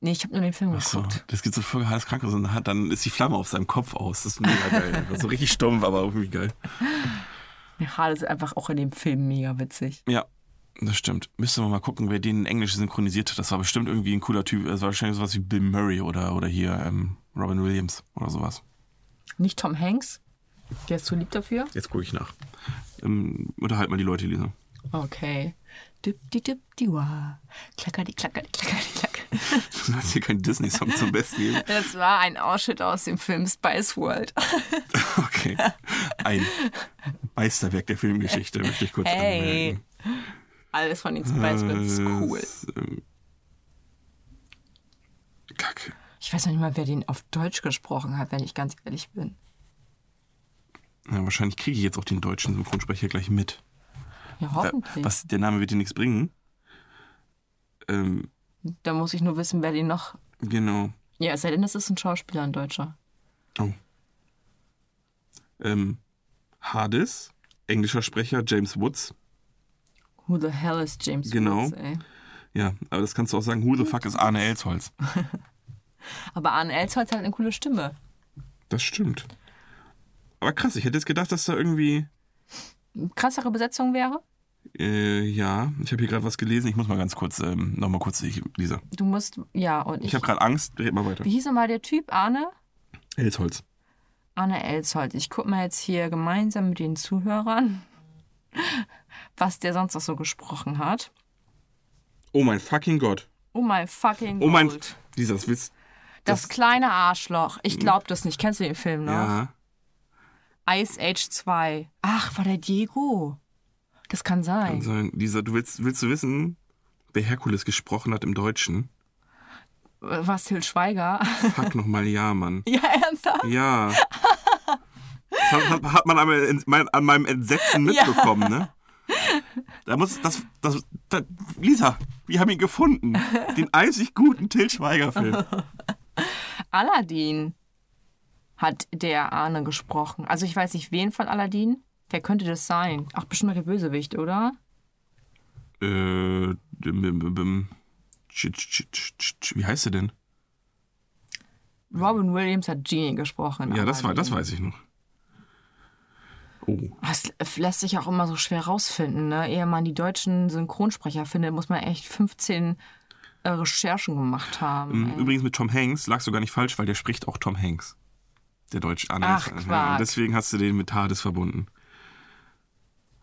S2: Nee, ich habe nur den Film
S1: Ach so,
S2: geguckt.
S1: das gibt so voll hartes Krankheit und hat- dann ist die Flamme auf seinem Kopf aus. Das ist mega geil. Das ist so richtig stumpf, aber irgendwie geil.
S2: Ja, Hades ist einfach auch in dem Film mega witzig.
S1: Ja, das stimmt. Müssen wir mal gucken, wer den in Englisch synchronisiert hat. Das war bestimmt irgendwie ein cooler Typ. Das war wahrscheinlich sowas wie Bill Murray oder, oder hier ähm, Robin Williams oder sowas.
S2: Nicht Tom Hanks. Der ist zu lieb dafür.
S1: Jetzt gucke ich nach. Ähm, unterhalt mal die Leute, Lisa.
S2: Okay. Dip, die, dip, die, wa. Klacker, die, klacker, die, klacker, die, klacker.
S1: Du hast hier keinen Disney-Song zum Besten geben.
S2: Das war ein Ausschnitt aus dem Film Spice World.
S1: Okay. Ein Meisterwerk der Filmgeschichte, möchte ich kurz
S2: Hey.
S1: anmerken.
S2: Alles von den Spice World
S1: Äh,
S2: ist cool.
S1: Das, ähm, Kacke.
S2: Ich weiß noch nicht mal, wer den auf Deutsch gesprochen hat, wenn ich ganz ehrlich bin.
S1: Ja, wahrscheinlich kriege ich jetzt auch den deutschen Synchronsprecher gleich mit.
S2: Ja,
S1: Da,
S2: hoffentlich.
S1: was, der Name wird dir nichts bringen. Ähm,
S2: Da muss ich nur wissen, wer den noch.
S1: genau.
S2: Ja, es sei denn, das ist ein Schauspieler, ein Deutscher.
S1: Oh. Ähm, Hades, englischer Sprecher, James Woods.
S2: Who the hell is James
S1: Genau.
S2: Woods, ey?
S1: Ja, aber das kannst du auch sagen. Who the fuck ist Arne Elsholz?
S2: Aber Arne Elsholz hat eine coole Stimme.
S1: Das stimmt. Aber krass, ich hätte jetzt gedacht, dass da irgendwie.
S2: Krassere Besetzung wäre?
S1: Äh, ja, ich habe hier gerade was gelesen. Ich muss mal ganz kurz, ähm, nochmal kurz, ich, Lisa.
S2: Du musst, ja, und
S1: Ich
S2: ich.
S1: habe gerade Angst. Red mal weiter.
S2: Wie hieß nochmal der Typ? Arne?
S1: Elsholz.
S2: Arne Elsholz. Ich gucke mal jetzt hier gemeinsam mit den Zuhörern, was der sonst noch so gesprochen hat.
S1: Oh mein fucking Gott.
S2: Oh mein fucking Gott.
S1: Oh mein. Lisa, das willst.
S2: das,
S1: das- Mhm.
S2: kleine Arschloch. Ich glaub das nicht. Kennst du den Film noch?
S1: Ja.
S2: Ice Age 2. Ach, war der Diego. Das kann sein.
S1: Also dieser, du willst, willst du wissen, wer Herkules gesprochen hat im Deutschen?
S2: Was, Till Schweiger?
S1: Fuck nochmal ja, Mann.
S2: ja, ernsthaft?
S1: Ja. Das hat, hat, hat man an meinem- mein- an meinem Entsetzen
S2: Ja.
S1: mitbekommen, ne? Da muss, das, das, da, Lisa, wir haben ihn gefunden. Den einzig guten Till Schweiger-Film.
S2: Aladdin hat der Ahne gesprochen. Also ich weiß nicht, wen von Aladdin. Wer könnte das sein? Ach, bestimmt mal der Bösewicht, oder?
S1: äh, bim, bim, bim, bim. Tsch, tsch, tsch, tsch, tsch. wie heißt er denn?
S2: Robin Williams hat Genie gesprochen.
S1: Ja, das, war, das
S2: Aladdin.
S1: weiß ich noch. Oh.
S2: Das lässt sich auch immer so schwer rausfinden, ne? Ehe man die deutschen Synchronsprecher findet, muss man echt 15 äh, Recherchen gemacht haben.
S1: Ähm,
S2: ey.
S1: Übrigens mit Tom Hanks lagst du gar nicht falsch, weil der spricht auch Tom Hanks. Der ah, deutsche Anne.
S2: Ach, Quark.
S1: deswegen hast du den mit Hades verbunden.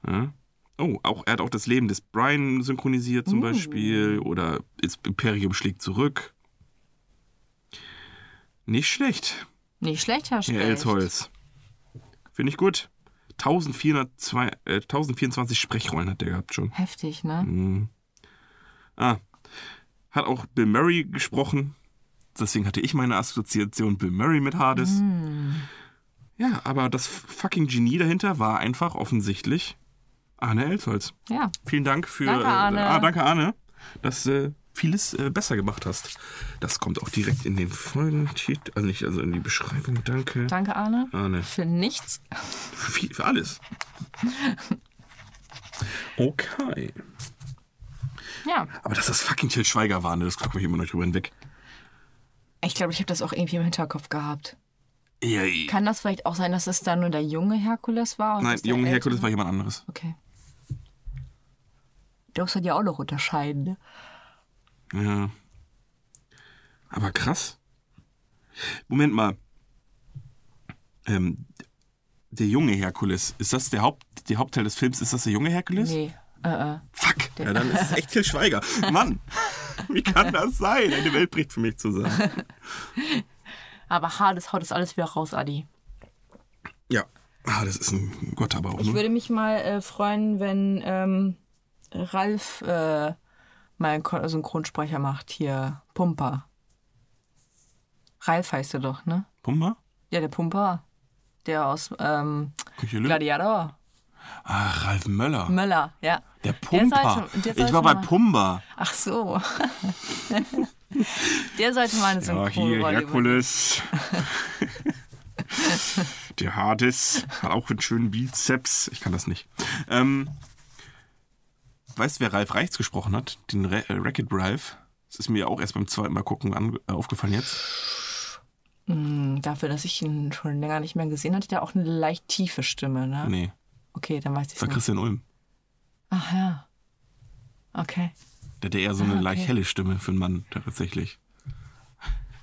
S1: Ja? Oh, auch, er hat auch das Leben des Brian synchronisiert
S2: Mhm.
S1: zum Beispiel. Oder ins Imperium schlägt zurück. Nicht schlecht,
S2: Nicht schlecht, Herr
S1: Herr
S2: Specht.
S1: Elsholz. Finde ich gut. 1402, äh, 1024 Sprechrollen hat der gehabt schon.
S2: Heftig, ne?
S1: Mhm. Ah, hat auch Bill Murray gesprochen. Deswegen hatte ich meine Assoziation Bill Murray mit Hades.
S2: Mm.
S1: Ja, aber das fucking Genie dahinter war einfach offensichtlich Arne Elsholz.
S2: Ja.
S1: Vielen Dank für.
S2: Danke, Arne.
S1: Äh, ah, danke, Arne, dass äh, vieles äh, besser gemacht hast. Das kommt auch direkt in den Folgentitel, also nicht also in die Beschreibung. Danke,
S2: Danke, Arne.
S1: Arne.
S2: Für nichts.
S1: Für, viel, für alles. Okay.
S2: Ja.
S1: Aber dass das fucking Till Schweiger war, ne, das gucke ich immer noch drüber hinweg.
S2: Ich glaube, ich habe das auch irgendwie im Hinterkopf gehabt.
S1: Ey.
S2: Kann das vielleicht auch sein, dass es dann nur der junge Herkules war? und
S1: Nein,
S2: dass der
S1: junge
S2: ältere-
S1: Herkules war jemand anderes.
S2: Okay. Du musst ja auch noch unterscheiden. ne?
S1: Ja. Aber krass. Moment mal. Ähm, der junge Herkules, ist das der, Haupt, der Hauptteil des Films? Ist das der junge Herkules?
S2: Nee. Äh, äh.
S1: Fuck! Ja, dann ist es echt Till Schweiger. Mann! Wie kann das sein? Eine Welt bricht für mich zusammen.
S2: Aber Hades haut das alles wieder raus, Adi.
S1: Ja. Ah, das ist ein Gott aber auch,
S2: Ich
S1: ne?
S2: würde mich mal äh, freuen, wenn ähm, Ralf äh, mal einen Ko- Synchronsprecher macht. Hier, Pumper. Ralf heißt er doch, ne?
S1: Pumba?
S2: Ja, der Pumper. Der aus
S1: Hm?
S2: ähm,
S1: Küche Lü?
S2: Gladiator.
S1: Ah, Ralf Möller.
S2: Möller, ja.
S1: Der
S2: soll
S1: Pumper.
S2: halt schon- der soll
S1: ich war bei
S2: schon mal-
S1: Pumba.
S2: Ach so. der sollte mal eine
S1: Ja, hier,
S2: Synchronrolle übernehmen.
S1: Herkules. Der Hades hat auch einen schönen Bizeps. Ich kann das nicht. Ähm, weißt du, wer Ralf Reichs gesprochen hat? Den Re äh, Racket Ralph. Das ist mir auch erst beim zweiten Mal gucken an äh, aufgefallen jetzt.
S2: Hm, Dafür, dass ich ihn schon länger nicht mehr gesehen hatte, der auch eine leicht tiefe Stimme, ne?
S1: Nee,
S2: Okay, dann weiß ich
S1: das war
S2: nicht.
S1: Christian Ulm.
S2: Ach ja. Okay.
S1: Der hatte eher so eine
S2: okay.
S1: leicht helle Stimme für einen Mann tatsächlich.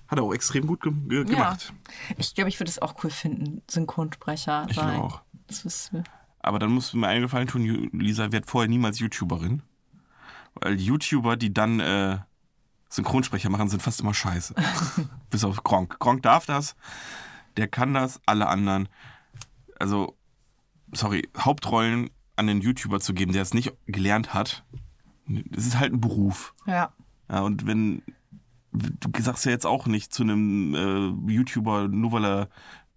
S1: Hat er auch extrem gut ge ge gemacht.
S2: Ich glaube, ich würde es auch cool finden, Synchronsprecher
S1: Ich
S2: sein.
S1: glaube auch.
S2: Das ist, äh,
S1: Aber dann musst du mir einen Gefallen tun, Ju- Lisa wird vorher niemals YouTuberin. Weil YouTuber, die dann äh, Synchronsprecher machen, sind fast immer scheiße. Bis auf Gronk. Gronk darf das, der kann das, alle anderen. Also, sorry, Hauptrollen an den YouTuber zu geben, der es nicht gelernt hat, das ist halt ein Beruf.
S2: ja.
S1: Ja, und wenn du sagst ja jetzt auch nicht zu einem äh, YouTuber, nur weil er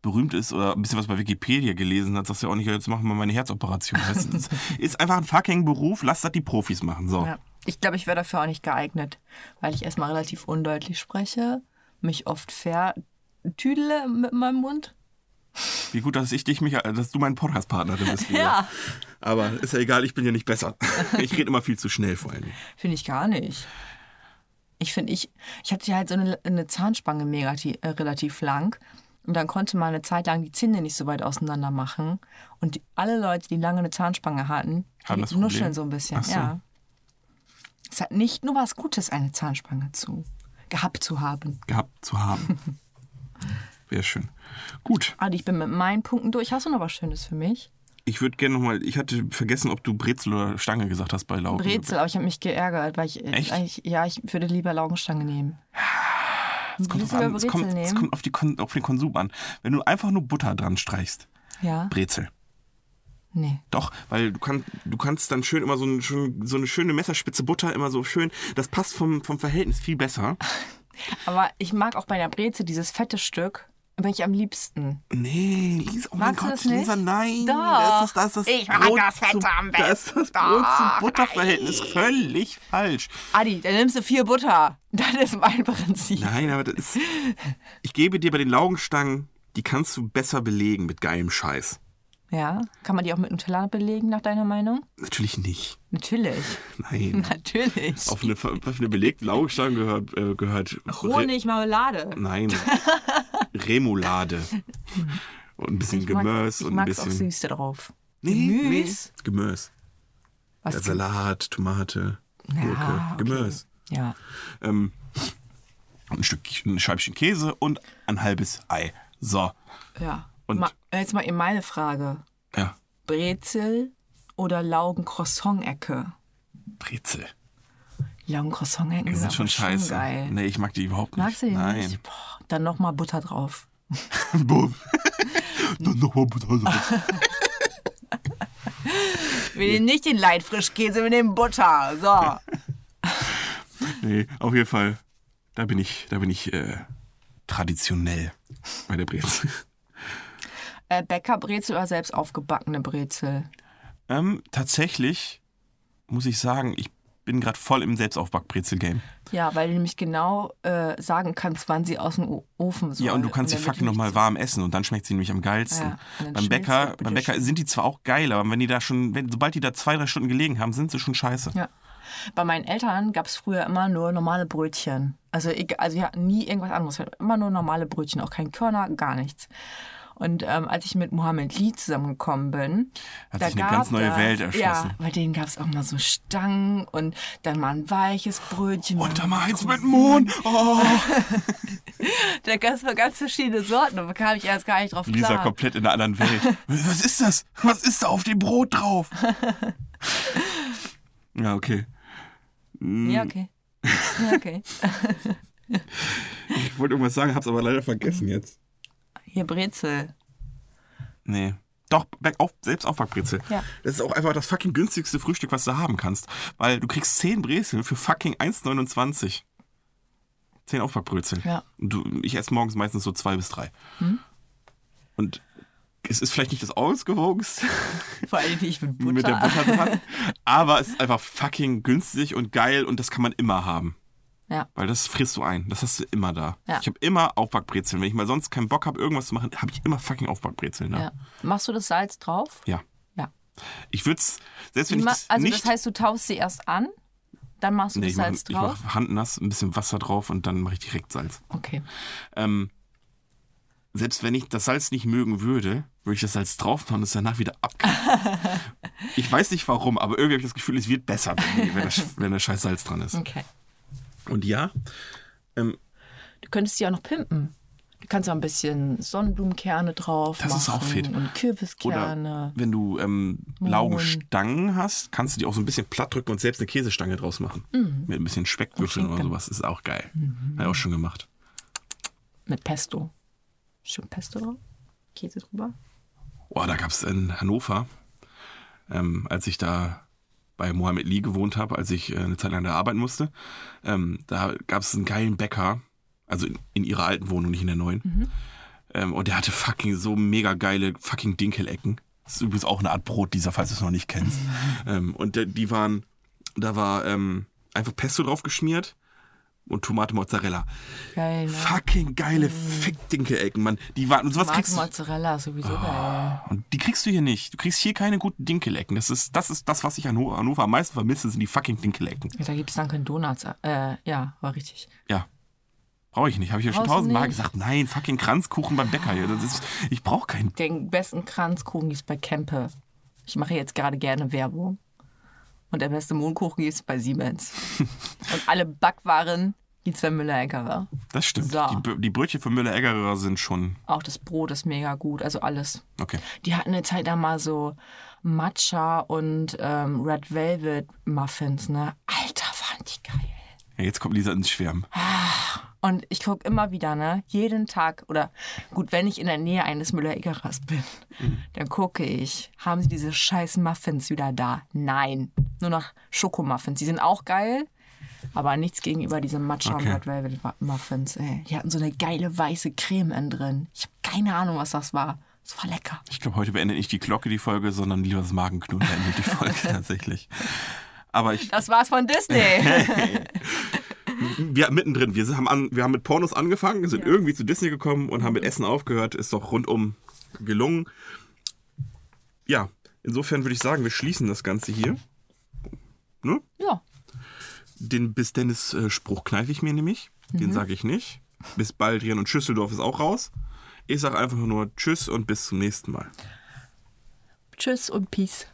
S1: berühmt ist oder ein bisschen was bei Wikipedia gelesen hat, sagst du ja auch nicht, ja, jetzt machen wir meine Herzoperation. Weißt du, Das ist einfach ein fucking Beruf, lass das die Profis machen. So.
S2: ja. Ich glaube, ich wäre dafür auch nicht geeignet, weil ich erstmal relativ undeutlich spreche, mich oft vertüdele mit meinem Mund.
S1: Wie gut, dass ich dich, Michael, dass du mein Podcast-Partnerin bist. Lisa. Aber ist ja egal, ich bin ja nicht besser. Ich rede immer viel zu schnell vor allen Dingen.
S2: Finde ich gar nicht. Ich finde, ich, ich hatte halt so eine, eine Zahnspange mega, ti- äh, relativ lang. Und dann konnte man eine Zeit lang die Zähne nicht so weit auseinander machen. Und die, alle Leute, die lange eine Zahnspange hatten,
S1: Haben das
S2: die
S1: Problem?
S2: nuscheln so ein bisschen.
S1: Ach so.
S2: Ja. Es hat nicht nur was Gutes, eine Zahnspange zu gehabt zu haben.
S1: Gehabt zu haben. Wäre schön. Gut.
S2: Adi, ich bin mit meinen Punkten durch. Hast du noch was Schönes für mich?
S1: Ich würde gerne nochmal, ich hatte vergessen, ob du Brezel oder Stange gesagt hast bei Laura.
S2: Brezel, aber ich habe mich geärgert, weil ich,
S1: Oh, Echt?
S2: ich ja, ich würde lieber Laugenstange nehmen.
S1: Es kommt, drauf an, es kommt, es kommt auf, die Kon auf den Konsum an. Wenn du einfach nur Butter dran streichst,
S2: ja.
S1: Brezel.
S2: Nee.
S1: Doch, weil du, kann, du kannst dann schön immer so, ein, schön- so eine schöne Messerspitze Butter immer so schön. Das passt vom, vom Verhältnis viel besser.
S2: Aber ich mag auch bei der Breze dieses fette Stück, bin ich am
S1: Mhm.
S2: liebsten.
S1: Nee, Lisa, oh mein
S2: Magst du
S1: Gott,
S2: das nicht?
S1: Lisa, nein.
S2: Doch.
S1: Das ist, das ist
S2: Ich mag
S1: Brot
S2: das Fette
S1: zu,
S2: am
S1: Das ist das
S2: besten.
S1: Brot
S2: Doch,
S1: zu Butterverhältnis völlig falsch.
S2: Adi, dann nimmst du viel Butter. Das ist mein Prinzip.
S1: Nein, aber das ist. Ich gebe dir bei den Laugenstangen, die kannst du besser belegen mit geilem Scheiß.
S2: Ja, kann man die auch mit Nutella belegen, nach deiner Meinung?
S1: Natürlich nicht.
S2: Natürlich,
S1: Nein.
S2: natürlich.
S1: Mhm. auf, eine, auf eine belegte Laugenstange gehört. Äh, gehört
S2: Honig, Marmelade.
S1: Nein. Remoulade. Und ein bisschen Gemüse
S2: ich
S1: und ein
S2: mag's auch
S1: bisschen.
S2: süß da drauf. Gemüse?
S1: Gemüse.
S2: Was
S1: Ja, Salat, Tomate,
S2: Ja,
S1: Gurke,
S2: okay.
S1: Gemüse.
S2: Ja.
S1: Ähm, ein Stück, ein Scheibchen Käse und ein halbes Ei. So.
S2: ja.
S1: Und-
S2: Ma jetzt mal eben meine Frage.
S1: Ja.
S2: Brezel oder Laugen-Croissant-Ecke?
S1: Brezel.
S2: Laugen-Croissant-Ecken
S1: Die
S2: sind,
S1: sind schon
S2: aber
S1: scheiße.
S2: geil.
S1: Nee, ich mag die überhaupt nicht.
S2: Magst du die
S1: Nein.
S2: nicht? Boah, dann nochmal Butter drauf.
S1: Boom. Dann nochmal Butter drauf.
S2: Wir nehmen nicht den Leitfrischkäse, wir nehmen Butter. So.
S1: Nee, auf jeden Fall. Da bin ich, da bin ich äh, traditionell bei der Brezel.
S2: äh, Bäckerbrezel oder selbst aufgebackene Brezel?
S1: Ähm, tatsächlich muss ich sagen, ich bin gerade voll im Selbstaufback-Brezel-Game.
S2: Ja, weil du nämlich genau äh, sagen kannst, wann sie aus dem O- Ofen soll.
S1: Ja, und du kannst sie
S2: damit
S1: fucking
S2: nicht
S1: nochmal
S2: zu-
S1: warm essen und dann schmeckt sie nämlich am geilsten.
S2: Ja, und dann
S1: beim
S2: schmilzt
S1: Bäcker,
S2: das bitte
S1: beim Bäcker
S2: schön.
S1: sind die zwar auch geil, aber wenn die da schon, wenn, sobald die da zwei, drei Stunden gelegen haben, sind sie schon scheiße.
S2: Ja. Bei meinen Eltern gab es früher immer nur normale Brötchen. Also, ich, also ja, nie irgendwas anderes. Wir hatten Immer nur normale Brötchen, auch kein Körner, gar nichts. Und ähm, als ich mit Mohammed Lee zusammengekommen bin,
S1: Hat
S2: da
S1: sich eine
S2: gab
S1: ganz neue
S2: das-
S1: Welt erschlossen.
S2: Ja, bei denen gab es auch mal so Stangen und dann mal ein weiches Brötchen.
S1: Und da mal eins mit Mohn. Oh.
S2: Da gab es mal ganz verschiedene Sorten und da kam ich erst gar nicht drauf
S1: Lisa
S2: klar.
S1: komplett in einer anderen Welt. Was ist das? Was ist da auf dem Brot drauf? ja, okay.
S2: Ja, okay. Ja, okay.
S1: Ich wollte irgendwas sagen, hab's aber leider vergessen jetzt.
S2: Hier Brezel.
S1: Nee. Doch, bergauf, selbst Aufbackbrezel.
S2: Ja.
S1: Das ist auch einfach das fucking günstigste Frühstück, was du haben kannst. Weil du kriegst 10 Brezeln für fucking 1,29. 10 Aufbackbrezeln.
S2: Ja. Hm?
S1: Und du, ich esse morgens meistens so zwei bis drei. Und es ist vielleicht nicht das ausgewogenste
S2: Vor allem ich mit Butter.
S1: mit der Butter dran, aber es ist einfach fucking günstig und geil und das kann man immer haben.
S2: Ja.
S1: Weil das frisst du ein. Das hast du immer da.
S2: Ja.
S1: Ich habe immer Aufbackbrezeln. Wenn ich mal sonst keinen Bock habe, irgendwas zu machen, habe ich immer fucking Aufbackbrezeln da.
S2: ja. Machst du das Salz drauf?
S1: Ja.
S2: Ja.
S1: Ich würde es, selbst wenn
S2: Die
S1: ich
S2: ma-
S1: das
S2: also
S1: nicht...
S2: das heißt, du tauchst sie erst an, dann machst du
S1: nee,
S2: das
S1: ich mache
S2: Salz drauf.
S1: mach handnass, ein bisschen Wasser drauf und dann mache ich direkt Salz.
S2: okay.
S1: Ähm, selbst wenn ich das Salz nicht mögen würde, würde ich das Salz drauf machen und es danach wieder abkriegen. ich weiß nicht warum, aber irgendwie habe ich das Gefühl, es wird besser, wenn, wenn, das, wenn das scheiß Salz dran ist.
S2: okay.
S1: Und ja, ähm,
S2: Du könntest die auch noch pimpen. Du kannst auch ein bisschen Sonnenblumenkerne drauf
S1: Das
S2: machen.
S1: ist auch fit.
S2: Und
S1: oder
S2: Kürbiskerne.
S1: wenn du ähm, Laugenstangen hast, kannst du die auch so ein bisschen platt drücken und selbst eine Käsestange draus machen. Mit ein bisschen Speckwürfeln oder
S2: Schinken.
S1: sowas. Ist auch geil. Habe ich auch schon gemacht.
S2: mit Pesto. Schön Pesto drauf. Käse drüber.
S1: Boah, da gab es in Hannover, ähm, als ich da bei Mohammed Lee gewohnt habe, als ich äh, eine Zeit lang da arbeiten musste, ähm, da gab es einen geilen Bäcker, also in, in ihrer alten Wohnung, nicht in der neuen. Ähm, und der hatte fucking so mega geile fucking Dinkelecken. Das ist übrigens auch eine Art Brot dieser, falls du es noch nicht kennst. ähm, und der, die waren, da war ähm, einfach Pesto drauf geschmiert und Tomate Mozzarella.
S2: Geil, ne?
S1: Fucking geile Fick-Dinkelecken, Mann. Die waren, und sowas
S2: Mark
S1: kriegst du. Oh.
S2: Mozzarella ist sowieso geil.
S1: Und die kriegst du hier nicht. Du kriegst hier keine guten Dinkelecken. Das ist das, ist das was ich an Ho- Hannover am meisten vermisse, sind die fucking Dinkelecken.
S2: Ja, da gibt es Dunkin' Donuts. Äh, ja, war richtig.
S1: Ja. Brauche ich nicht. Habe ich ja schon
S2: Brauchst du
S1: tausendmal
S2: nicht?
S1: gesagt. Nein, fucking Kranzkuchen beim Bäcker hier. Das ist, ich brauche keinen.
S2: Den besten Kranzkuchen gibt es bei Kempe. Ich mache jetzt gerade gerne Werbung. Und der beste Mondkuchen gibt es bei Siemens. Und alle Backwaren gibt es bei Müller-Eckerer.
S1: Das stimmt.
S2: So.
S1: Die, Br- die Brötchen von Müller-Eggerer sind schon.
S2: Auch das Brot ist mega gut, also alles.
S1: Okay.
S2: Die hatten eine Zeit lang mal so Matcha und ähm, Red Velvet Muffins, ne? Alter, waren die geil.
S1: Ja, jetzt kommt Lisa ins Schwärmen.
S2: Und ich gucke immer wieder, ne? Jeden Tag oder gut, wenn ich in der Nähe eines Müller-Egerers bin, dann gucke ich, haben sie diese scheiß Muffins wieder da? Nein. Nur noch Schokomuffins. Die sind auch geil, aber nichts gegenüber diesen Matcha
S1: Okay.
S2: und Hot Velvet Muffins, ey. Die hatten so eine geile weiße Creme innen drin. Ich habe keine Ahnung, was das war. Es war lecker.
S1: Ich glaube, heute beende nicht die Glocke die Folge, sondern lieber das Magenknurren beendet die Folge tatsächlich. Aber ich,
S2: Das war's von Disney.
S1: wir mittendrin, wir haben, an, wir haben mit Pornos angefangen, sind irgendwie zu Disney gekommen und haben mit Essen aufgehört. Ist doch rundum gelungen. Ja, insofern würde ich sagen, wir schließen das Ganze hier. Ne?
S2: ja.
S1: Den bis Dennis äh, Spruch kneife ich mir nämlich. Den sage ich nicht. Bis Baldrian und Schüsseldorf ist auch raus. Ich sage einfach nur Tschüss und bis zum nächsten Mal.
S2: Tschüss und Peace.